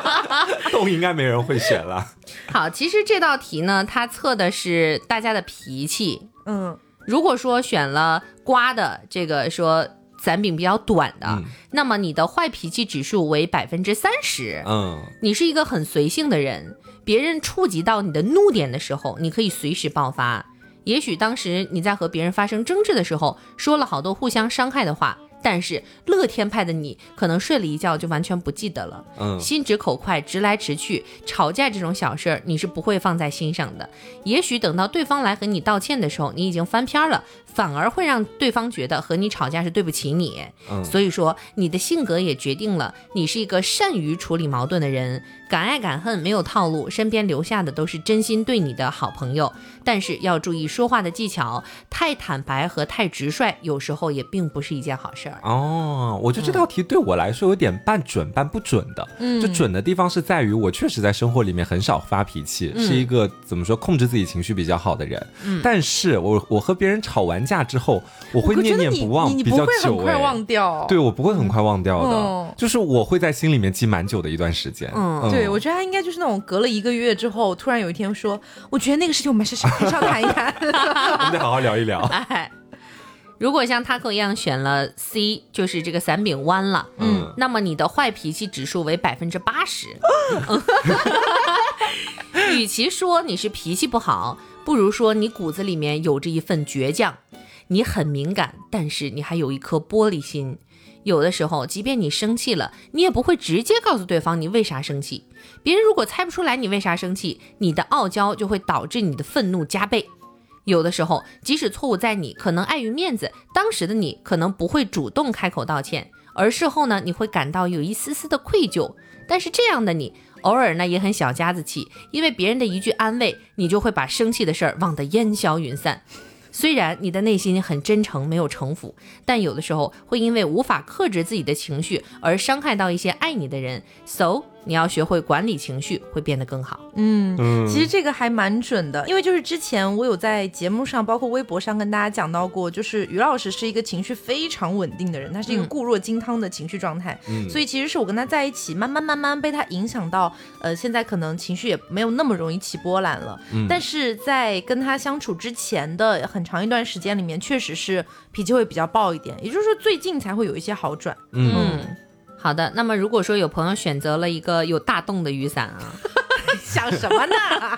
动应该没人会选了。
好，其实这道题呢，它测的是大家的脾气，
嗯，
如果说选了瓜的这个说伞柄比较短的，
嗯
那么你的坏脾气指数为百分之三十。
嗯，
你是一个很随性的人，别人触及到你的怒点的时候，你可以随时爆发。也许当时你在和别人发生争执的时候，说了好多互相伤害的话，但是乐天派的你可能睡了一觉就完全不记得了。
嗯
心直口快、直来直去，吵架这种小事儿你是不会放在心上的。也许等到对方来和你道歉的时候，你已经翻篇儿了，反而会让对方觉得和你吵架是对不起你。
嗯
所以说，你的性格也决定了你是一个善于处理矛盾的人，敢爱敢恨，没有套路，身边留下的都是真心对你的好朋友。但是要注意说话的技巧，太坦白和太直率，有时候也并不是一件好事儿。
哦，我觉得这道题对我来说有点半准半不准的。嗯，就准的地方是在于我确实在生活里面很少发脾气，
嗯
是一个怎么说控制自己情绪比较好的人。嗯，但是我我和别人吵完架之后，我会念念不忘
你你
比
不
较
会很
久
快
哎。
忘掉。
对，我不会很快忘掉的，
嗯
就是我会在心里面记蛮久的一段时间。
嗯
对，我觉得他应该就是那种隔了一个月之后，突然有一天说，我觉得那个事情我们是上上谈一 谈。
嗯
嗯 我们得好好聊一聊。
哎，如果像 Taco 一样选了 C，就是这个伞柄弯了，
嗯，
那么你的坏脾气指数为百分之八十。 与其说你是脾气不好，不如说你骨子里面有着一份倔强，你很敏感，但是你还有一颗玻璃心。有的时候，即便你生气了，你也不会直接告诉对方你为啥生气。别人如果猜不出来你为啥生气，你的傲娇就会导致你的愤怒加倍。有的时候，即使错误在你，可能碍于面子，当时的你可能不会主动开口道歉，而事后呢，你会感到有一丝丝的愧疚。但是这样的你，偶尔呢也很小家子气，因为别人的一句安慰，你就会把生气的事儿忘得烟消云散。虽然你的内心很真诚，没有城府，但有的时候会因为无法克制自己的情绪而伤害到一些爱你的人。So，你要学会管理情绪，会变得更好。
嗯，
嗯
其实这个还蛮准的，因为就是之前我有在节目上，包括微博上跟大家讲到过，就是于老师是一个情绪非常稳定的人，他是一个
嗯
固若金汤的情绪状态，
嗯
所以其实是我跟他在一起，慢慢慢慢被他影响到，呃，现在可能情绪也没有那么容易起波澜了。
嗯
但是在跟他相处之前的很长一段时间里面，确实是脾气会比较暴一点，也就是说最近才会有一些好转。
嗯，
嗯，好的。那么如果说有朋友选择了一个有大洞的雨伞啊，
想什么呢？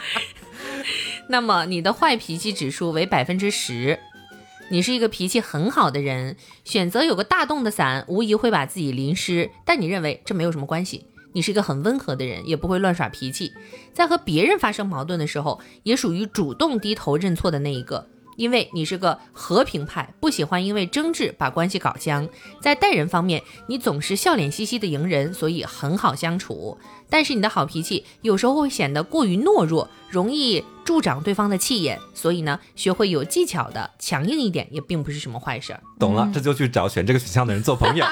那么你的坏脾气指数为百分之十。你是一个脾气很好的人，选择有个大洞的伞，无疑会把自己淋湿，但你认为这没有什么关系。你是一个很温和的人，也不会乱耍脾气。在和别人发生矛盾的时候，也属于主动低头认错的那一个，因为你是个和平派，不喜欢因为争执把关系搞僵。在待人方面，你总是笑脸嘻嘻的迎人，所以很好相处。但是你的好脾气有时候会显得过于懦弱，容易助长对方的气焰，所以呢，学会有技巧的强硬一点，也并不是什么坏事儿。
懂了，这就去找选这个选项的人做朋友。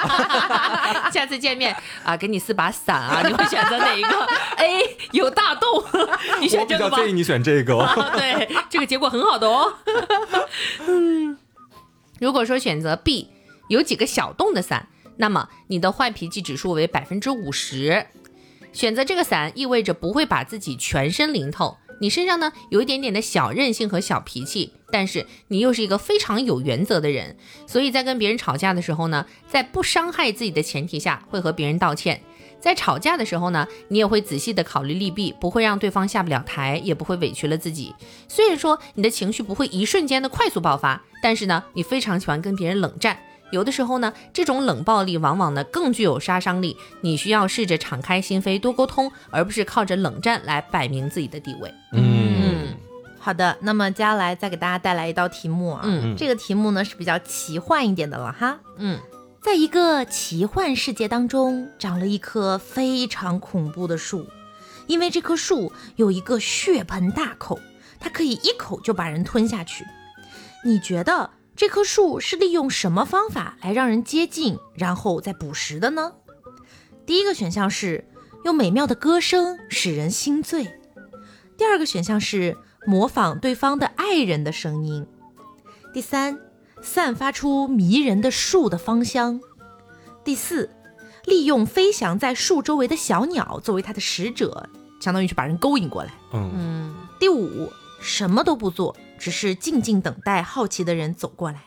下次见面啊，给你四把伞啊，你会选择哪一个 ？A 有大洞， 你
我
选
比
这
较
个吧。
建议你选这个哦。
对， 这个结果很好的哦。嗯，如果说选择 B，有几个小洞的伞，那么你的坏脾气指数为百分之五十。选择这个伞意味着不会把自己全身淋透，你身上呢有一点点的小任性和小脾气，但是你又是一个非常有原则的人，所以在跟别人吵架的时候呢，在不伤害自己的前提下，会和别人道歉。在吵架的时候呢，你也会仔细的考虑利弊，不会让对方下不了台，也不会委屈了自己。虽然说你的情绪不会一瞬间的快速爆发，但是呢，你非常喜欢跟别人冷战。有的时候呢，这种冷暴力往往呢更具有杀伤力。你需要试着敞开心扉，多沟通，而不是靠着冷战来摆明自己的地位。
嗯，
好的，那么接下来再给大家带来一道题目啊，
嗯
这个题目呢是比较奇幻一点的了哈。
嗯
在一个奇幻世界当中，长了一棵非常恐怖的树，因为这棵树有一个血盆大口，它可以一口就把人吞下去。你觉得这棵树是利用什么方法来让人接近，然后再捕食的呢？第一个选项是用美妙的歌声使人心醉，第二个选项是模仿对方的爱人的声音，第三散发出迷人的树的芳香。第四，利用飞翔在树周围的小鸟作为它的使者。
相当于是把人勾引过来。
嗯，
嗯，
第五，什么都不做，只是静静等待好奇的人走过来。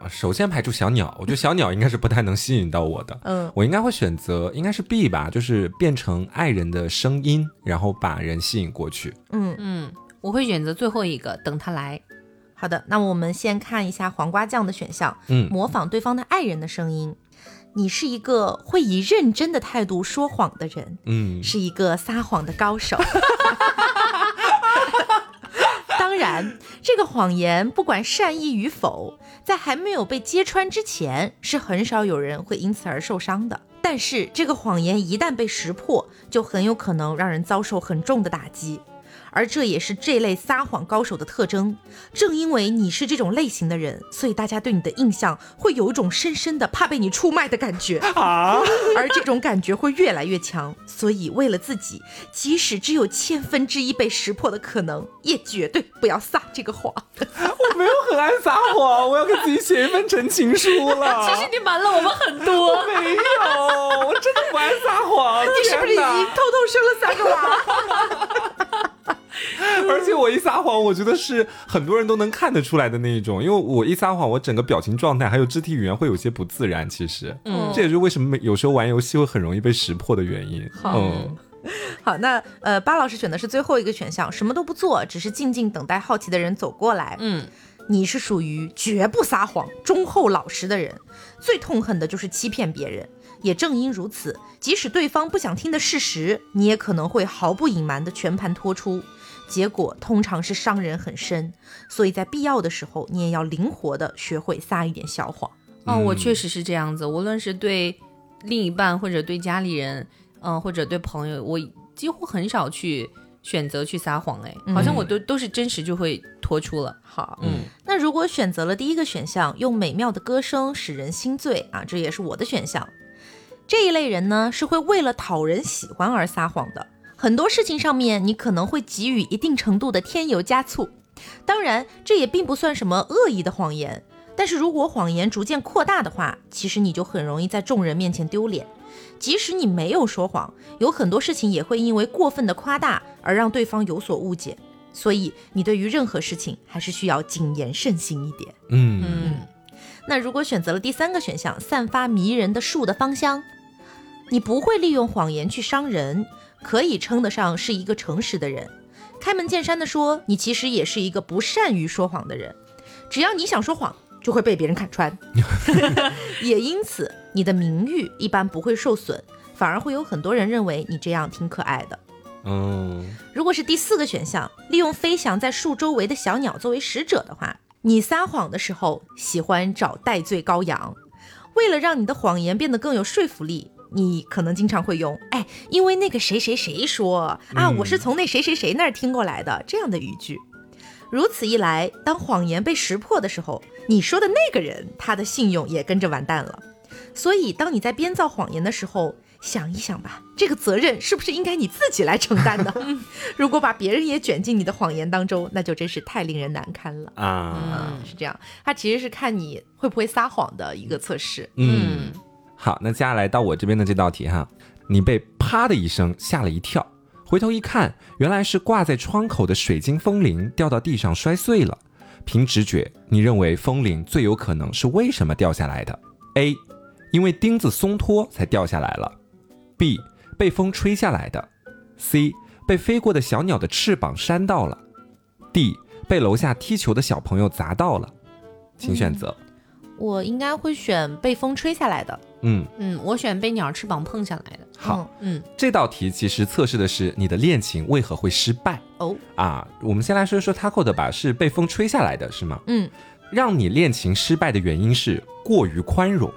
啊首先排除小鸟，我觉得小鸟应该是不太能吸引到我的。
嗯，
我应该会选择，应该是 B 吧，就是变成爱人的声音，然后把人吸引过去。
嗯，我会选择最后一个，等他来。
好的，那我们先看一下黄瓜酱的选项，
嗯，
模仿对方的爱人的声音。
你是一个会以认真的态度说谎的人，
嗯，
是一个撒谎的高手。
当然，这个谎言不管善意与否，在还没有被揭穿之前，是很少有人会因此而受伤的。但是，这个谎言一旦被识破，就很有可能让人遭受很重的打击。而这也是这类撒谎高手的特征。正因为你是这种类型的人，所以大家对你的印象会有一种深深的怕被你出卖的感觉。
啊，
而这种感觉会越来越强，所以为了自己，即使只有千分之一被识破的可能，也绝对不要撒这个谎。
我没有很爱撒谎，我要给自己写一份陈情书 了。
其实你瞒了我们很多。
没有，我真的不爱撒谎。
你是不是已经
天哪
偷偷生了三个娃？
而且我一撒谎，我觉得是很多人都能看得出来的那一种，因为我一撒谎，我整个表情状态还有肢体语言会有些不自然。其实，
嗯
这也是为什么有时候玩游戏会很容易被识破的原因。嗯，
好，那呃，巴老师选的是最后一个选项，什么都不做，只是静静等待好奇的人走过来。
嗯，
你是属于绝不撒谎、忠厚老实的人，最痛恨的就是欺骗别人。也正因如此，即使对方不想听的事实，你也可能会毫不隐瞒的全盘托出，结果通常是伤人很深。所以在必要的时候，你也要灵活的学会撒一点小谎。
哦，我确实是这样子，无论是对另一半或者对家里人，嗯、或者对朋友，我几乎很少去选择去撒谎，哎，好像我都都是真实就会脱出了。
好，
嗯
那如果选择了第一个选项，用美妙的歌声使人心醉啊，这也是我的选项。这一类人呢，是会为了讨人喜欢而撒谎的。很多事情上面，你可能会给予一定程度的添油加醋。当然，这也并不算什么恶意的谎言。但是如果谎言逐渐扩大的话，其实你就很容易在众人面前丢脸。即使你没有说谎，有很多事情也会因为过分的夸大而让对方有所误解。所以，你对于任何事情还是需要谨言慎行一点。
嗯，
那如果选择了第三个选项，散发迷人的树的芳香，你不会利用谎言去伤人，可以称得上是一个诚实的人。开门见山的说，你其实也是一个不善于说谎的人。只要你想说谎，就会被别人看穿。也因此，你的名誉一般不会受损，反而会有很多人认为你这样挺可爱的。
嗯，
如果是第四个选项，利用飞翔在树周围的小鸟作为使者的话，你撒谎的时候喜欢找戴罪羔羊。为了让你的谎言变得更有说服力，你可能经常会用 “哎，因为那个谁谁谁说啊，我是从那谁谁谁那儿听过来的”这样的语句。如此一来，当谎言被识破的时候，你说的那个人，他的信用也跟着完蛋了。所以，当你在编造谎言的时候，想一想吧，这个责任是不是应该你自己来承担的？如果把别人也卷进你的谎言当中，那就真是太令人难堪了。
啊，
嗯，是这样，它其实是看你会不会撒谎的一个测试。
嗯，好，那接下来到我这边的这道题哈，你被啪的一声吓了一跳，回头一看，原来是挂在窗口的水晶风铃掉到地上摔碎了。凭直觉，你认为风铃最有可能是为什么掉下来的？A，因为钉子松脱才掉下来了；B，被风吹下来的；C，被飞过的小鸟的翅膀扇到了；D，被楼下踢球的小朋友砸到了。请选择。
我应该会选被风吹下来的。
嗯
嗯，我选被鸟翅膀碰下来的。
好。
嗯，
这道题其实测试的是你的恋情为何会失败
嗯，哦，
啊。我们先来说说 Taco 的吧，是被风吹下来的是吗？
嗯，
让你恋情失败的原因是过于宽容，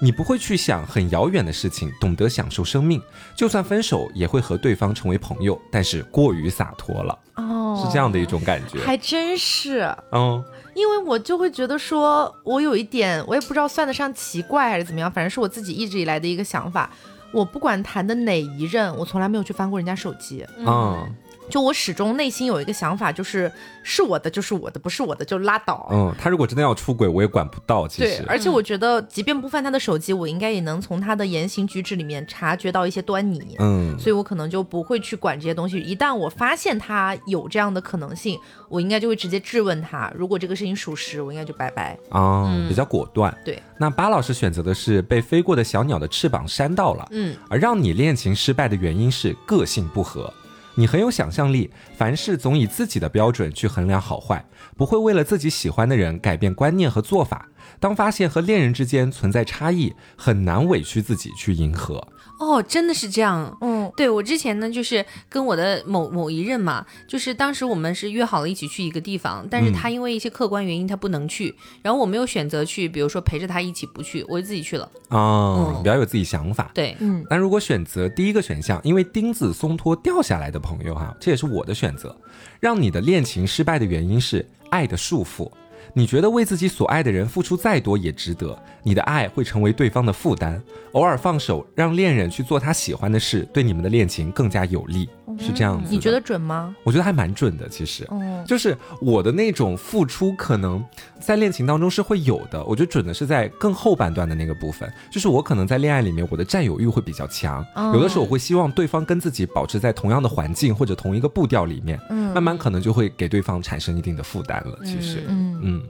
你不会去想很遥远的事情，懂得享受生命，就算分手也会和对方成为朋友，但是过于洒脱了，
哦，
是这样的一种感觉。
还真是，
嗯
因为我就会觉得说，我有一点，我也不知道算得上奇怪还是怎么样，反正是我自己一直以来的一个想法。我不管谈的哪一任，我从来没有去翻过人家手机，
嗯
就我始终内心有一个想法，就是是我的就是我的，不是我的就拉倒。
嗯，他如果真的要出轨，我也管不到。其
对
实，，
而且我觉得，即便不翻他的手机，我应该也能从他的言行举止里面察觉到一些端倪。
嗯
所以我可能就不会去管这些东西。一旦我发现他有这样的可能性，我应该就会直接质问他。如果这个事情属实，我应该就拜拜。
啊、比较果断。
对，
那巴老师选择的是被飞过的小鸟的翅膀扇到了。
嗯，
而让你恋情失败的原因是个性不合。你很有想象力，凡事总以自己的标准去衡量好坏，不会为了自己喜欢的人改变观念和做法。当发现和恋人之间存在差异，很难委屈自己去迎合。
哦，真的是这样。
嗯
对我之前呢，就是跟我的某某一任嘛，就是当时我们是约好了一起去一个地方，但是
嗯
他因为一些客观原因他不能去，然后我没有选择去，比如说陪着他一起不去，我就自己去了。
啊、
嗯
比较有自己想法。
对，
嗯，
那如果选择第一个选项，因为钉子松脱掉下来的朋友哈、这也是我的选择。让你的恋情失败的原因是爱的束缚。你觉得为自己所爱的人付出再多也值得，你的爱会成为对方的负担。偶尔放手，让恋人去做他喜欢的事，对你们的恋情更加有利，是这样子的。
嗯你觉得？准吗？
我觉得还蛮准的，其实。
嗯，
就是我的那种付出，可能在恋情当中是会有的。我觉得准的是在更后半段的那个部分，就是我可能在恋爱里面，我的占有欲会比较强，
哦
有的时候我会希望对方跟自己保持在同样的环境或者同一个步调里面，
嗯
慢慢可能就会给对方产生一定的负担了。其实，
嗯
嗯。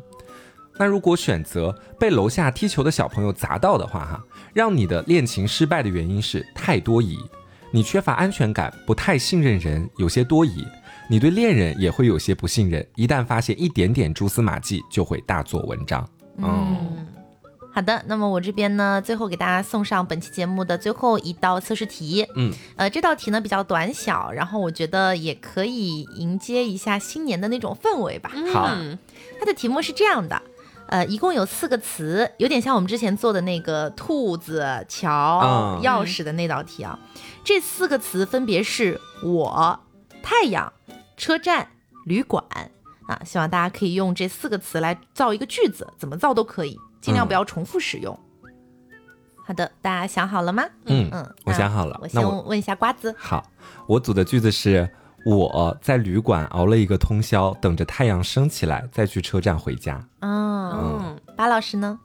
那如果选择被楼下踢球的小朋友砸到的话，哈，让你的恋情失败的原因是太多疑，你缺乏安全感，不太信任人，有些多疑，你对恋人也会有些不信任，一旦发现一点点蛛丝马迹，就会大做文章。嗯，
好的，那么我这边呢，最后给大家送上本期节目的最后一道测试题。
嗯，
呃，这道题呢比较短小，然后我觉得也可以迎接一下新年的那种氛围吧。
好
嗯
它的题目是这样的，呃，一共有四个词，有点像我们之前做的那个兔子、桥、
嗯
钥匙的那道题啊。这四个词分别是我、太阳、车站、旅馆啊。希望大家可以用这四个词来造一个句子，怎么造都可以，尽
嗯
量不要重复使用。好的，大家想好了吗？
嗯
嗯，
我
那
想好了
我
那
先
我
问一下瓜子，
好，我组的句子是：我在旅馆熬了一个通宵，等着太阳升起来，再去车站回家。
嗯，
嗯，
巴老师呢？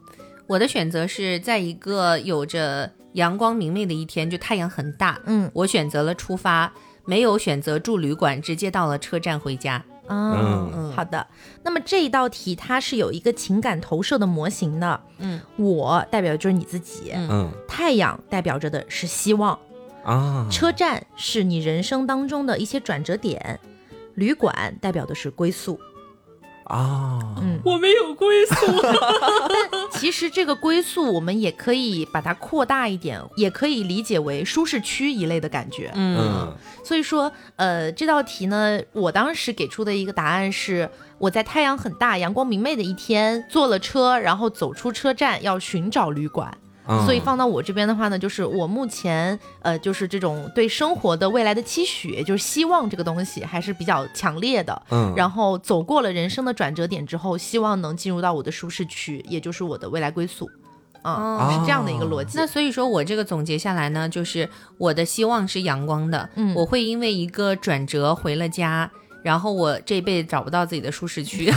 我的选择是在一个有着阳光明媚的一天，就太阳很大，
嗯
我选择了出发，没有选择住旅馆，直接到了车站回家。
嗯，
嗯
好的。那么这一道题它是有一个情感投射的模型的。
嗯，
我代表就是你自己，
嗯
嗯
太阳代表着的是希望，
啊，
车站是你人生当中的一些转折点，旅馆代表的是归宿。
啊，
嗯，
我没有归宿。
其实这个归宿我们也可以把它扩大一点，也可以理解为舒适区一类的感觉。
嗯
嗯
所以说，呃，这道题呢，我当时给出的一个答案是，我在太阳很大、阳光明媚的一天，坐了车，然后走出车站，要寻找旅馆。
嗯
所以放到我这边的话呢，就是我目前呃，就是这种对生活的未来的期许，就是希望这个东西还是比较强烈的。
嗯，
然后走过了人生的转折点之后，希望能进入到我的舒适区，也就是我的未来归宿。啊，
哦
是这样的一个逻辑
那。所以说我这个总结下来呢，就是我的希望是阳光的，
嗯
我会因为一个转折回了家，然后我这辈子找不到自己的舒适区。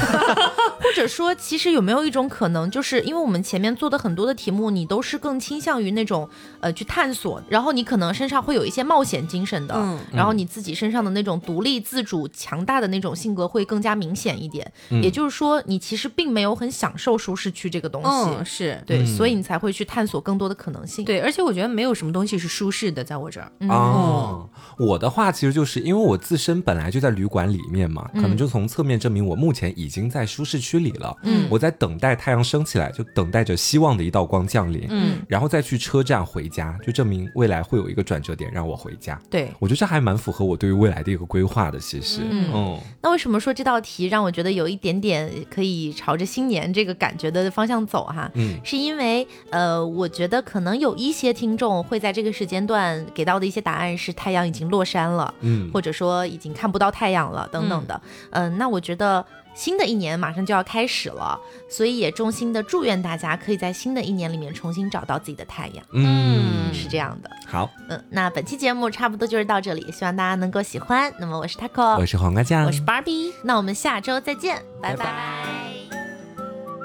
或者说，其实有没有一种可能，就是因为我们前面做的很多的题目，你都是更倾向于那种呃去探索，然后你可能身上会有一些冒险精神的，
嗯
然后你自己身上的那种独立自主、强大的那种性格会更加明显一点。
嗯
也就是说，你其实并没有很享受舒适区这个东西，
嗯，是
对，
嗯
所以你才会去探索更多的可能性。
对，而且我觉得没有什么东西是舒适的，在我这儿。
嗯
哦，我的话其实就是因为我自身本来就在旅馆里面嘛，可能就从侧面证明我目前已经在舒适区里了。
嗯
我在等待太阳升起来，就等待着希望的一道光降临，
嗯，
然后再去车站回家，就证明未来会有一个转折点让我回家。
对，
我觉得这还蛮符合我对于未来的一个规划的，其实，
嗯
嗯
那为什么说这道题让我觉得有一点点可以朝着新年这个感觉的方向走哈？
嗯
是因为呃，我觉得可能有一些听众会在这个时间段给到的一些答案是太阳已经落山了，
嗯，
或者说已经看不到太阳了等等的。嗯、那我觉得。新的一年马上就要开始了，所以也衷心的祝愿大家可以在新的一年里面重新找到自己的太阳，
嗯，
是这样的。
好，
嗯，那本期节目差不多就是到这里，希望大家能够喜欢。那么我是 Taco，
我是黄瓜酱，
我是 Barbie，那我们下周再见，拜
拜
拜